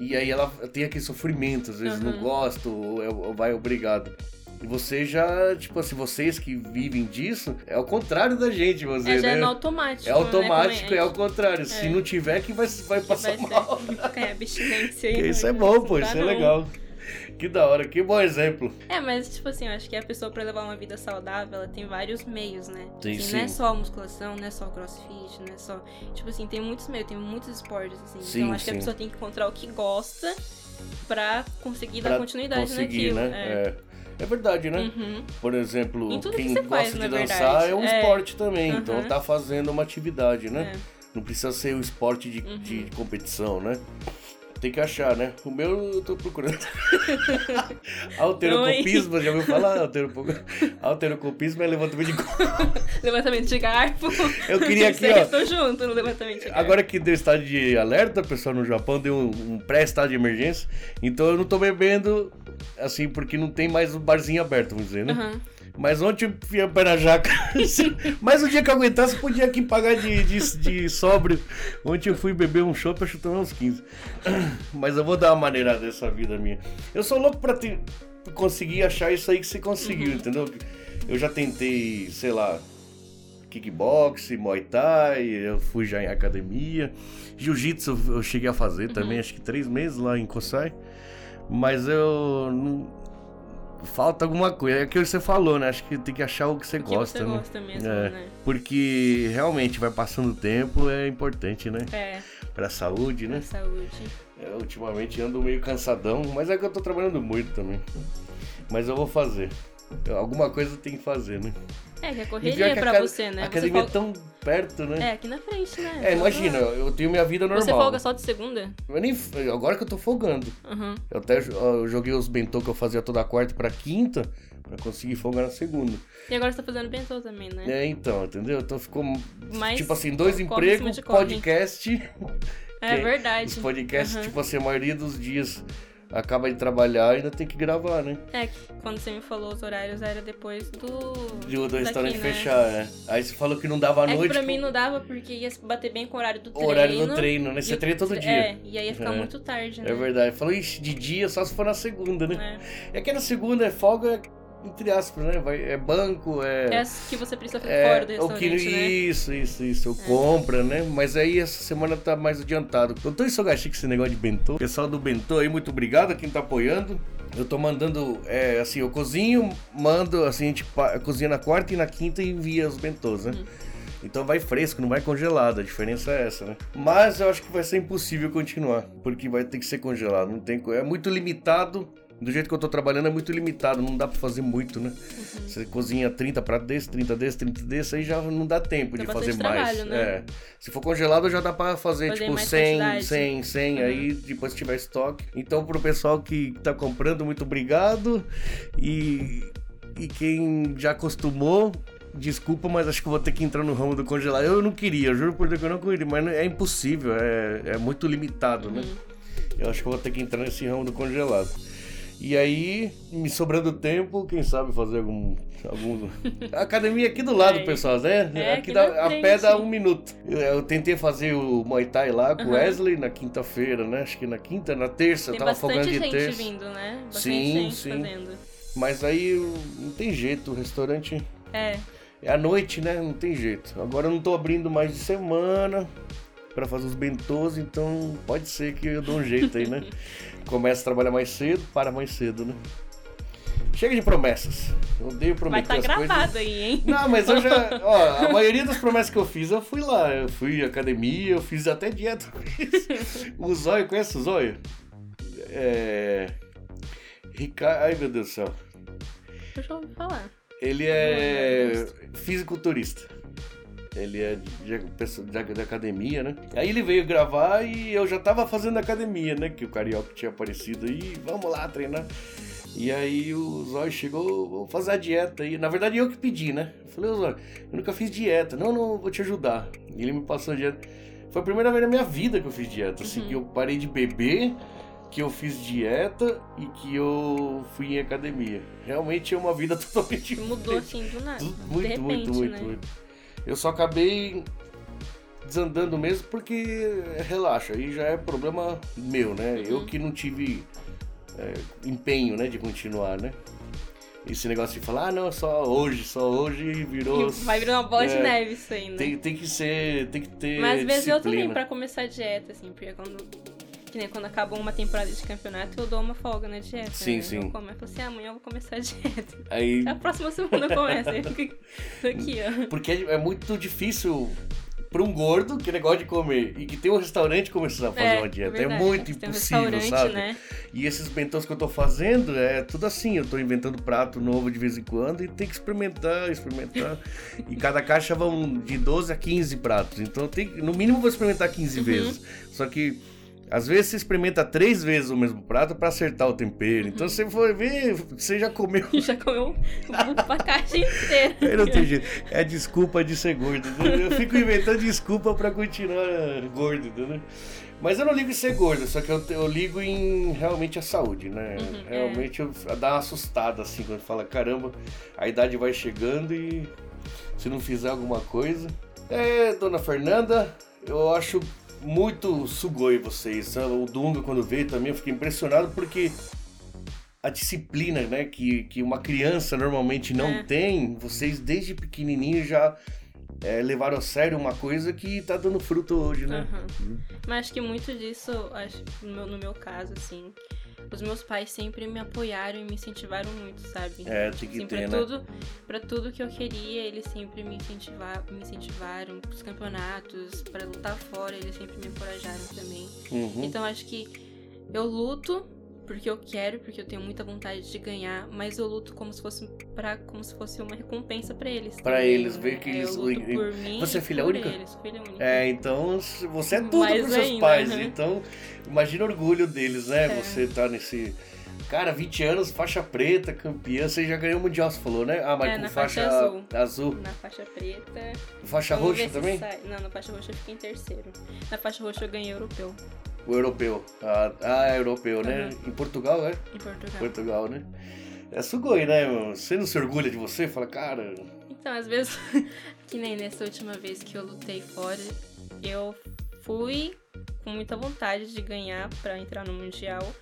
Speaker 1: E aí ela tem aquele sofrimento, às vezes não
Speaker 2: Uhum.
Speaker 1: gosto, ou, é- ou vai obrigado. E você já, tipo assim, vocês que vivem disso, é o contrário da gente, você,
Speaker 2: É, já é
Speaker 1: né?
Speaker 2: no automático.
Speaker 1: é automático,
Speaker 2: né?
Speaker 1: é ao contrário. Se
Speaker 2: É.
Speaker 1: não tiver, que vai, vai passar
Speaker 2: vai ser-
Speaker 1: mal.
Speaker 2: É, abstinência.
Speaker 1: Que
Speaker 2: aí,
Speaker 1: isso
Speaker 2: né?
Speaker 1: é bom, pô,
Speaker 2: Não dá,
Speaker 1: isso é
Speaker 2: não.
Speaker 1: legal. Que da hora, que bom exemplo.
Speaker 2: É, mas tipo assim, eu acho que a pessoa pra levar uma vida saudável, ela tem vários meios, né?
Speaker 1: Tem
Speaker 2: Assim,
Speaker 1: sim.
Speaker 2: Não é só a musculação, não é só o crossfit, não é só. Tipo assim, tem muitos meios, tem muitos esportes, assim.
Speaker 1: Sim,
Speaker 2: então acho que a
Speaker 1: sim.
Speaker 2: pessoa tem que encontrar o que gosta pra conseguir
Speaker 1: Pra
Speaker 2: dar continuidade
Speaker 1: Conseguir,
Speaker 2: naquilo. É.
Speaker 1: né? É. É verdade, né?
Speaker 2: Uhum.
Speaker 1: Por exemplo,
Speaker 2: Em tudo que
Speaker 1: quem
Speaker 2: você
Speaker 1: gosta
Speaker 2: faz,
Speaker 1: de
Speaker 2: na
Speaker 1: dançar
Speaker 2: verdade.
Speaker 1: é um
Speaker 2: É.
Speaker 1: esporte também, então
Speaker 2: Aham.
Speaker 1: tá fazendo uma atividade, né?
Speaker 2: É.
Speaker 1: Não precisa ser um esporte de,
Speaker 2: Uhum.
Speaker 1: de competição, né? Tem que achar, né? O meu eu tô procurando. Alterocopismo, já ouviu falar? Alteropo- Alterocopismo é levantamento de corpo.
Speaker 2: Levantamento de garfo.
Speaker 1: Eu queria
Speaker 2: Isso
Speaker 1: aqui,
Speaker 2: aí
Speaker 1: ó.
Speaker 2: Eu tô junto no levantamento de garfo.
Speaker 1: Agora que deu estado de alerta, pessoal, no Japão deu um, um pré-estado de emergência. Então eu não tô bebendo, assim, porque não tem mais o barzinho aberto, vamos dizer, né?
Speaker 2: Aham.
Speaker 1: Mas ontem eu fui a pé na jaca. assim. Mas o dia que eu aguentasse, eu podia aqui pagar de, de, de sóbrio. Ontem eu fui beber um chopp, acho que tomei uns 15. Mas eu vou dar uma maneirada nessa vida minha. Eu sou louco pra ter, conseguir achar isso aí que você conseguiu, entendeu? Eu já tentei, sei lá, kickbox, muay thai, eu fui já em academia. Jiu-jitsu eu- eu cheguei a fazer
Speaker 2: Uhum.
Speaker 1: também, acho que três meses lá em Kosai. Mas eu. não- Falta alguma coisa. É o que você falou, né? Acho que tem que achar o que você
Speaker 2: O que
Speaker 1: gosta,
Speaker 2: você
Speaker 1: né?
Speaker 2: gosta mesmo,
Speaker 1: É.
Speaker 2: né?
Speaker 1: Porque realmente vai passando o tempo, é importante, né?
Speaker 2: É,
Speaker 1: Pra saúde,
Speaker 2: pra
Speaker 1: né?
Speaker 2: saúde.
Speaker 1: Eu, ultimamente ando meio cansadão, mas é que eu tô trabalhando muito também. Mas eu vou fazer. Eu- Alguma coisa tem que fazer, né?
Speaker 2: É, que a
Speaker 1: E pior
Speaker 2: correria
Speaker 1: que
Speaker 2: é
Speaker 1: a
Speaker 2: pra
Speaker 1: acad-
Speaker 2: você, né?
Speaker 1: A
Speaker 2: Você
Speaker 1: academia
Speaker 2: folga-
Speaker 1: é tão perto, né?
Speaker 2: É, aqui na frente, né?
Speaker 1: É, imagina, eu tenho minha vida normal.
Speaker 2: Você folga só de segunda?
Speaker 1: Eu nem, agora que eu tô folgando.
Speaker 2: Aham.
Speaker 1: Eu até jo- eu joguei os bentô que eu fazia toda quarta pra quinta, Pra conseguir folga na segunda.
Speaker 2: E agora você tá fazendo bentô também, né?
Speaker 1: É, então, entendeu? Então ficou.
Speaker 2: Mas
Speaker 1: tipo assim, dois
Speaker 2: corre em cima
Speaker 1: empregos,
Speaker 2: de corre.
Speaker 1: podcast.
Speaker 2: É,
Speaker 1: que
Speaker 2: verdade.
Speaker 1: Os podcasts,
Speaker 2: Aham.
Speaker 1: tipo assim, a maioria dos dias acaba de trabalhar e ainda tem que gravar, né?
Speaker 2: É, que quando você me falou os horários era depois do.
Speaker 1: De o do
Speaker 2: daqui,
Speaker 1: restaurante
Speaker 2: né?
Speaker 1: fechar, é. Aí você falou que não dava à
Speaker 2: É que
Speaker 1: noite.
Speaker 2: pra mim não dava porque ia se bater bem com o horário do
Speaker 1: O
Speaker 2: treino.
Speaker 1: horário do treino, né? Você
Speaker 2: E-
Speaker 1: treina todo
Speaker 2: É,
Speaker 1: dia.
Speaker 2: e aí ia ficar
Speaker 1: É.
Speaker 2: muito tarde, né?
Speaker 1: É verdade. Falou, ixi, de dia só se for na segunda, né?
Speaker 2: É.
Speaker 1: É que na segunda é folga, entre aspas, né? Vai- é banco,
Speaker 2: É
Speaker 1: é.
Speaker 2: as que você precisa ficar
Speaker 1: é,
Speaker 2: fora do
Speaker 1: o que
Speaker 2: restaurante, né? É.
Speaker 1: Isso, isso, isso. Compra, né? Mas aí essa semana tá mais adiantado. Eu tô ensogachique com esse negócio de bentô. Pessoal do bentô aí, muito obrigado a quem tá apoiando. Eu tô mandando, é, assim, eu cozinho, mando, assim, a gente pa- cozinha na quarta e na quinta e envia os bentôs,
Speaker 2: Uhum.
Speaker 1: né? Então vai fresco, não vai congelado, a diferença é essa, né? Mas eu acho que vai ser impossível continuar, porque vai ter que ser congelado, não tem co- é muito limitado. Do jeito que eu tô trabalhando é muito limitado, não dá pra fazer muito, né?
Speaker 2: Uhum.
Speaker 1: Você cozinha 30 pratos desse, 30 desse, 30 desse, aí já não dá tempo
Speaker 2: Dá
Speaker 1: de fazer
Speaker 2: bastante
Speaker 1: mais.
Speaker 2: trabalho, né?
Speaker 1: É. Se for congelado já dá pra fazer,
Speaker 2: Fazer
Speaker 1: tipo
Speaker 2: mais
Speaker 1: 100,
Speaker 2: quantidade. Uhum.
Speaker 1: 100, 100 aí depois tiver estoque. Então pro pessoal que tá comprando, muito obrigado. E e quem já acostumou, desculpa, mas acho que eu vou ter que entrar no ramo do congelado. Eu não queria, juro por Deus que eu não queria, mas é impossível, é, é muito limitado, né?
Speaker 2: Uhum.
Speaker 1: Eu acho que eu vou ter que entrar nesse ramo do congelado. E aí, me sobrando tempo, quem sabe fazer algum. algum... A academia é aqui do lado,
Speaker 2: É.
Speaker 1: pessoal, né?
Speaker 2: É,
Speaker 1: aqui
Speaker 2: aqui
Speaker 1: dá-
Speaker 2: na
Speaker 1: a pé dá
Speaker 2: frente.
Speaker 1: um minuto. Eu, eu tentei fazer o Muay Thai lá com o
Speaker 2: Aham.
Speaker 1: Wesley na quinta-feira, né? Acho que na quinta, na terça,
Speaker 2: Tem
Speaker 1: eu tava folgando
Speaker 2: bastante
Speaker 1: de
Speaker 2: gente
Speaker 1: terça.
Speaker 2: vindo, né? Bastante
Speaker 1: Sim,
Speaker 2: gente
Speaker 1: sim.
Speaker 2: fazendo.
Speaker 1: Mas aí eu- não tem jeito, o restaurante
Speaker 2: É,
Speaker 1: é à noite, né? Não tem jeito. Agora eu não tô abrindo mais de semana pra fazer os bentôs, então pode ser que eu dou um jeito aí, né? Começa a trabalhar mais cedo, para mais cedo, né? Chega de promessas. Eu odeio
Speaker 2: vai
Speaker 1: prometer
Speaker 2: estar
Speaker 1: as
Speaker 2: tá gravado
Speaker 1: coisas.
Speaker 2: aí, hein?
Speaker 1: Não, mas eu já. Ó, a maioria das promessas que eu fiz, eu fui lá. Eu fui à academia, eu fiz até dieta. o Zóio, conhece o Zóio? É. Ricardo. Ai, meu Deus do céu.
Speaker 2: Deixa eu ouvir falar.
Speaker 1: Ele é fisiculturista. Ele é de, de- pessoa- de- de academia, né? Aí ele veio gravar e eu já tava fazendo academia, né? Que o Carioca tinha aparecido aí, vamos lá treinar. E aí o Zóio chegou, vou fazer a dieta. E na verdade eu que pedi, né? Eu falei, ô Zóio, eu nunca fiz dieta. Não, não, vou te ajudar. E ele me passou a dieta. Foi a primeira vez na minha vida que eu fiz dieta. Assim,
Speaker 2: Uhum.
Speaker 1: que eu parei de beber, que eu fiz dieta e que eu fui em academia. Realmente é uma vida totalmente
Speaker 2: Mudou assim do nada.
Speaker 1: Tudo
Speaker 2: de
Speaker 1: muito,
Speaker 2: repente,
Speaker 1: muito, muito,
Speaker 2: né?
Speaker 1: muito. Eu só acabei desandando mesmo porque relaxa, aí já é problema meu, né?
Speaker 2: Uhum.
Speaker 1: Eu que não tive é, empenho, né, de continuar, né? Esse negócio de falar, ah, não, só hoje, só hoje virou.
Speaker 2: E vai virar uma bola de
Speaker 1: É,
Speaker 2: neve isso aí, né?
Speaker 1: Tem, tem que ser, tem que ter.
Speaker 2: Mas às vezes eu também,
Speaker 1: disciplina.
Speaker 2: pra começar a dieta, assim, porque quando. Que nem quando acabou uma temporada de campeonato, eu dou uma folga na dieta.
Speaker 1: Sim,
Speaker 2: né?
Speaker 1: sim.
Speaker 2: Eu como, eu falo assim, "Ah, amanhã eu vou começar a dieta.
Speaker 1: Aí
Speaker 2: A próxima semana eu começo. Aí fica aqui, ó.
Speaker 1: Porque é é muito difícil para um gordo que ele gosta de comer e que tem um restaurante começar a fazer uma dieta.
Speaker 2: verdade,
Speaker 1: é muito
Speaker 2: tem um
Speaker 1: impossível,
Speaker 2: restaurante,
Speaker 1: sabe?
Speaker 2: Né?
Speaker 1: E esses bentõs que eu tô fazendo é tudo assim. Eu tô inventando prato novo de vez em quando e tem que experimentar, experimentar. e cada caixa vão de 12 a 15 pratos. Então eu tenho que- no mínimo eu vou experimentar 15 vezes. Só que. Às vezes você experimenta três vezes o mesmo prato para acertar o tempero. Então você foi ver, você já comeu
Speaker 2: Já comeu uma caixa inteira.
Speaker 1: Aí não tem jeito. É desculpa de ser gordo. entendeu? Eu fico inventando desculpa pra continuar gordo, entendeu? Mas eu não ligo em ser gordo, só que eu, eu ligo em realmente a saúde, né?
Speaker 2: Uhum, é.
Speaker 1: realmente eu dá uma assustada assim quando fala, caramba, a idade vai chegando e se não fizer alguma coisa. É, dona Fernanda, eu acho muito sugoi vocês. O Dunga quando veio também, eu fiquei impressionado porque a disciplina, né, que, que uma criança normalmente não
Speaker 2: É.
Speaker 1: tem, vocês desde pequenininho já é, levaram a sério uma coisa que tá dando fruto hoje, né?
Speaker 2: Aham.
Speaker 1: Hum.
Speaker 2: Mas acho que muito disso, acho, no, meu, no meu caso, assim, os meus pais sempre me apoiaram e me incentivaram muito, sabe?
Speaker 1: É, tem que
Speaker 2: Sim,
Speaker 1: ter,
Speaker 2: pra
Speaker 1: né?
Speaker 2: tudo, pra tudo que eu queria, eles sempre me, incentivar, me incentivaram pros campeonatos, pra lutar fora, eles sempre me encorajaram também.
Speaker 1: Uhum.
Speaker 2: Então acho que eu luto porque eu quero, porque eu tenho muita vontade de ganhar, mas eu luto como se fosse para como se fosse uma recompensa pra eles.
Speaker 1: Pra
Speaker 2: também,
Speaker 1: eles, ver
Speaker 2: né?
Speaker 1: que
Speaker 2: É,
Speaker 1: eles-
Speaker 2: Eu luto por mim.
Speaker 1: Você é
Speaker 2: e
Speaker 1: filha
Speaker 2: por
Speaker 1: única?
Speaker 2: Eles, filha única.
Speaker 1: É, então você é tudo
Speaker 2: Mais
Speaker 1: pros seus
Speaker 2: ainda,
Speaker 1: pais,
Speaker 2: né?
Speaker 1: então imagina o orgulho deles, né?
Speaker 2: É.
Speaker 1: Você tá nesse Cara, 20 anos, faixa preta, campeã, você já ganhou o mundial, você falou, né? Ah, mas
Speaker 2: É,
Speaker 1: com
Speaker 2: na
Speaker 1: faixa,
Speaker 2: faixa
Speaker 1: azul.
Speaker 2: azul. Na faixa preta.
Speaker 1: Faixa
Speaker 2: Vamos
Speaker 1: roxa
Speaker 2: ver se
Speaker 1: também?
Speaker 2: sai- Não, na faixa roxa eu fiquei em terceiro. Na faixa roxa eu ganhei europeu
Speaker 1: O europeu. Ah, ah, é europeu, né? Em Portugal, é?
Speaker 2: em Portugal.
Speaker 1: Portugal, né? É sugoi, né, meu? Você não se orgulha de você? Fala, cara,
Speaker 2: Então, às vezes, que nem nessa última vez que eu lutei fora, eu fui com muita vontade de ganhar pra entrar no Mundial.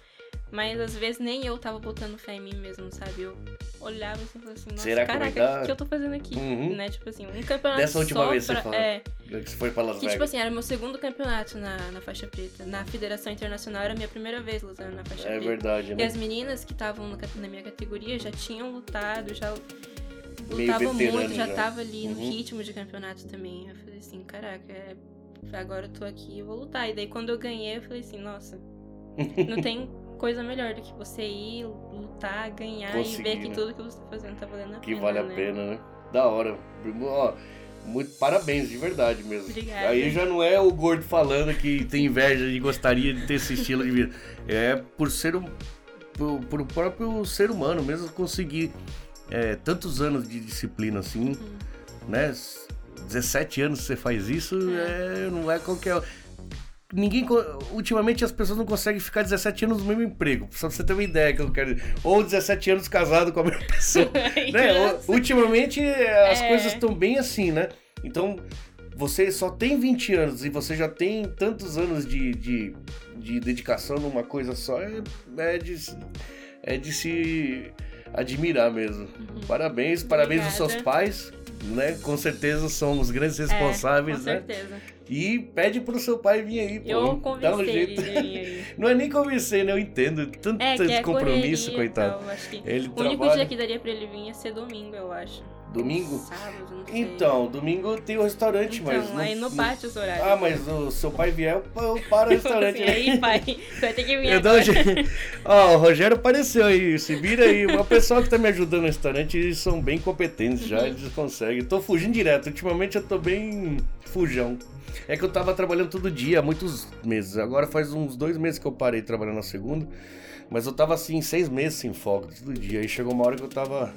Speaker 2: Mas às vezes nem eu tava botando fé em mim mesmo, sabe? Eu olhava assim e falava assim, nossa,
Speaker 1: Será que
Speaker 2: caraca,
Speaker 1: vai
Speaker 2: o
Speaker 1: dar?
Speaker 2: que, que eu tô fazendo aqui?
Speaker 1: Uhum.
Speaker 2: Né? Tipo assim, um campeonato
Speaker 1: Dessa última
Speaker 2: só
Speaker 1: vez você
Speaker 2: pra...
Speaker 1: falou.
Speaker 2: É,
Speaker 1: que você foi pra Las
Speaker 2: que tipo
Speaker 1: Vegas.
Speaker 2: assim, era meu segundo campeonato na, na faixa preta. Na Federação Internacional era a minha primeira vez lutando na faixa
Speaker 1: é
Speaker 2: preta.
Speaker 1: verdade,
Speaker 2: E
Speaker 1: né?
Speaker 2: as meninas que estavam no cap- na minha categoria já tinham lutado, já
Speaker 1: Meio
Speaker 2: lutavam
Speaker 1: veterano
Speaker 2: muito, já
Speaker 1: já.
Speaker 2: tava ali no
Speaker 1: Uhum.
Speaker 2: ritmo de campeonato também. Eu falei assim, caraca, é, agora eu tô aqui e vou lutar. E daí quando eu ganhei, eu falei assim, nossa, não tem coisa melhor do que você ir, lutar, ganhar e ver
Speaker 1: Conseguir,
Speaker 2: que
Speaker 1: né?
Speaker 2: tudo que você tá fazendo tá valendo a
Speaker 1: Que
Speaker 2: pena.
Speaker 1: vale a
Speaker 2: né?
Speaker 1: pena, né? Da hora. Primo, ó, muito parabéns, de verdade mesmo.
Speaker 2: Obrigada.
Speaker 1: Aí já não é o gordo falando que tem inveja e gostaria de ter esse estilo de vida. É por ser um. Por, por o próprio ser humano mesmo conseguir é, tantos anos de disciplina assim,
Speaker 2: Uhum.
Speaker 1: né? 17 anos você faz isso, é, não é qualquer. Ninguém. co- Ultimamente as pessoas não conseguem ficar 17 anos no mesmo emprego. Só pra você ter uma ideia que eu quero. dizer. Ou 17 anos casado com a mesma pessoa.
Speaker 2: Então,
Speaker 1: Né? U- Ultimamente eh, as
Speaker 2: É.
Speaker 1: coisas estão bem assim, né? Então, você só tem 20 anos e você já tem tantos anos de, de, de dedicação numa coisa só, é, é de, se- é de se admirar mesmo. Parabéns, parabéns aos seus
Speaker 2: Uhum. Obrigada.
Speaker 1: pais, né? Com certeza são os grandes
Speaker 2: É,
Speaker 1: responsáveis,
Speaker 2: com
Speaker 1: né?
Speaker 2: certeza.
Speaker 1: E pede pro seu pai vir aí, pô.
Speaker 2: Eu
Speaker 1: dá um
Speaker 2: convenci ele
Speaker 1: jeito.
Speaker 2: de vir aí.
Speaker 1: Não é nem convencer, né? Eu entendo. Tanto,
Speaker 2: É,
Speaker 1: tanto
Speaker 2: que é
Speaker 1: compromisso,
Speaker 2: correria e
Speaker 1: coitado. É
Speaker 2: tal, acho que
Speaker 1: Ele
Speaker 2: O
Speaker 1: trabalha.
Speaker 2: único dia que daria pra ele vir ia ser domingo, eu acho.
Speaker 1: Domingo?
Speaker 2: Sábado, não sei.
Speaker 1: Então, domingo tem o restaurante,
Speaker 2: Então,
Speaker 1: mas. não-
Speaker 2: aí não bate os horários.
Speaker 1: Ah, mas o seu pai vier, eu paro o restaurante.
Speaker 2: Assim,
Speaker 1: né?
Speaker 2: aí, pai, você vai ter que vir
Speaker 1: Eu dou um jeito. Ó, o Rogério apareceu aí, se vira aí. O pessoal que tá me ajudando no restaurante, eles são bem competentes
Speaker 2: Uhum.
Speaker 1: já, eles conseguem. Tô fugindo direto, ultimamente eu tô bem fujão. É que eu tava trabalhando todo dia, há muitos meses. Agora faz uns dois meses que eu parei de trabalhar na segunda. Mas eu tava assim, seis meses sem folga, todo dia. Aí chegou uma hora que eu tava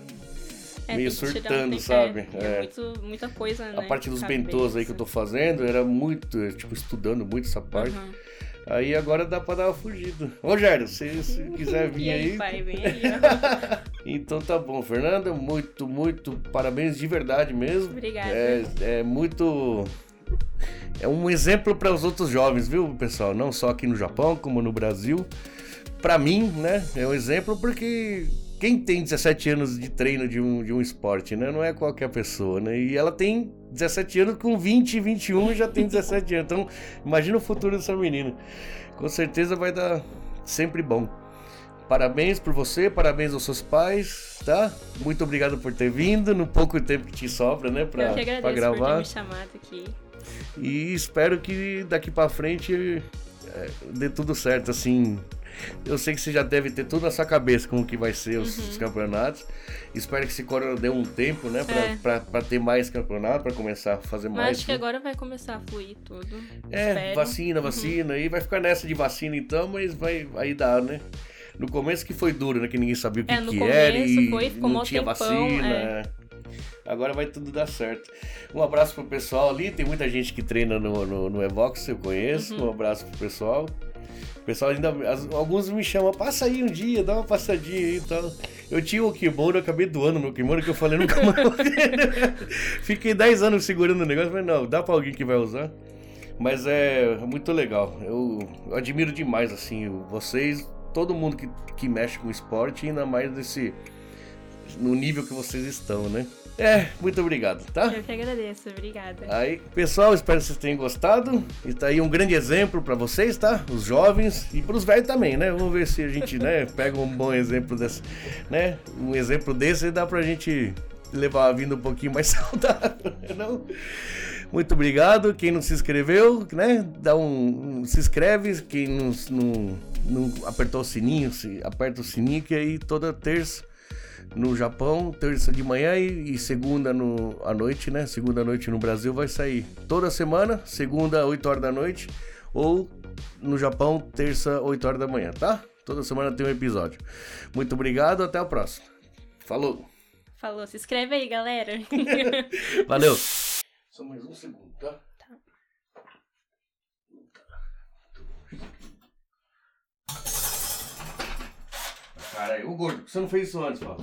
Speaker 2: É,
Speaker 1: meio
Speaker 2: tem que tirar um
Speaker 1: surtando,
Speaker 2: tempo,
Speaker 1: sabe?
Speaker 2: É,
Speaker 1: É.
Speaker 2: é muito- muita coisa, né?
Speaker 1: A parte dos
Speaker 2: Cabe
Speaker 1: bentos aí que eu tô fazendo era muito, eh, tipo, estudando muito essa parte.
Speaker 2: Aham.
Speaker 1: Aí agora dá pra dar uma fugida. Rogério, se, se quiser vir
Speaker 2: E aí,
Speaker 1: aí.
Speaker 2: pai, vem aí. ó.
Speaker 1: Então tá bom, Fernanda. Muito, muito parabéns de verdade mesmo.
Speaker 2: Obrigada.
Speaker 1: É, é muito. É um exemplo para os outros jovens, viu, pessoal? Não só aqui no Japão, como no Brasil. Para mim, né? É um exemplo porque quem tem 17 anos de treino de um, de um esporte, né? Não é qualquer pessoa, né? E ela tem 17 anos, com 20, 21 já tem 17 anos. Então, imagina o futuro dessa menina. Com certeza vai dar sempre bom. Parabéns por você, parabéns aos seus pais, tá? Muito obrigado por ter vindo, no pouco tempo que te sobra, né, pra,
Speaker 2: eu que agradeço
Speaker 1: pra
Speaker 2: por ter
Speaker 1: gravar.
Speaker 2: me chamado aqui.
Speaker 1: E espero que daqui pra frente é, dê tudo certo, assim. Eu sei que você já deve ter tudo na sua cabeça como que vai ser os,
Speaker 2: Uhum.
Speaker 1: os campeonatos. Espero que esse corona dê um tempo, né, pra,
Speaker 2: É.
Speaker 1: pra- pra ter mais campeonato, pra começar a fazer
Speaker 2: Mas
Speaker 1: mais.
Speaker 2: acho que
Speaker 1: né?
Speaker 2: agora vai começar a fluir tudo.
Speaker 1: É,
Speaker 2: Espero.
Speaker 1: vacina, vacina, e vai ficar nessa de vacina então, mas vai aí dá, né? No começo que foi duro, né? Que ninguém sabia o que,
Speaker 2: É, no
Speaker 1: que
Speaker 2: começo
Speaker 1: era e
Speaker 2: foi, ficou
Speaker 1: não
Speaker 2: mó
Speaker 1: tinha
Speaker 2: tempão,
Speaker 1: vacina.
Speaker 2: é.
Speaker 1: é. Agora vai tudo dar certo. Um abraço pro pessoal ali, tem muita gente que treina no, no, no Evox, eu conheço.
Speaker 2: Uhum.
Speaker 1: Um abraço pro pessoal. O pessoal ainda. as- alguns me chamam, passa aí um dia, dá uma passadinha aí e tal. Eu tinha o kimono, eu acabei doando meu kimono, que eu falei, nunca mais. vou ter. Fiquei 10 anos segurando o negócio, mas não, dá pra alguém que vai usar. Mas é muito legal. Eu, eu admiro demais, assim, o- vocês, todo mundo que, que mexe com esporte, ainda mais nesse. no nível que vocês estão, né? É, muito obrigado, tá?
Speaker 2: Eu que agradeço, obrigada.
Speaker 1: Aí, pessoal, espero que vocês tenham gostado. E tá aí um grande exemplo pra vocês, tá? Os jovens e pros velhos também, né? Vamos ver se a gente, né, pega um bom exemplo desse, né? Um exemplo desse e dá pra gente levar a vida um pouquinho mais saudável, né, não? Muito obrigado. Quem não se inscreveu, né? Dá um, um- se inscreve. Quem não, não, não apertou o sininho, se aperta o sininho que aí toda terça no Japão, terça de manhã e, e segunda no, à noite, né? Segunda à noite no Brasil vai sair toda semana, segunda 8 horas da noite ou no Japão, terça 8 horas da manhã, tá? Toda semana tem um episódio. Muito obrigado, até o próximo. Falou.
Speaker 2: Falou, se inscreve aí, galera.
Speaker 1: Valeu. Só mais um segundo, tá? Caralho, ô gordo, por que você não fez isso antes, Paulo?